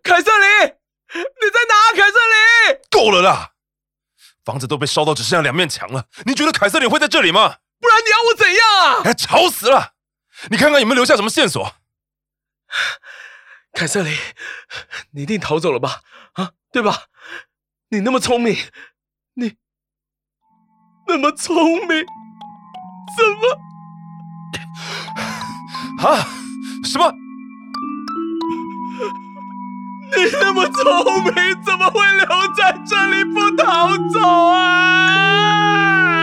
Speaker 1: 凯瑟琳，你在哪？凯瑟琳，
Speaker 5: 够了啦！房子都被烧到只剩下两面墙了，你觉得凯瑟琳会在这里吗？
Speaker 1: 不然你要我怎样啊？
Speaker 5: 哎，吵死了！你看看有没有留下什么线索？
Speaker 1: 凯瑟琳，你一定逃走了吧？啊，对吧？你那么聪明，你那么聪明，怎么？
Speaker 5: 啊？什么？
Speaker 1: 你那么聪明，怎么会留在这里不逃走啊？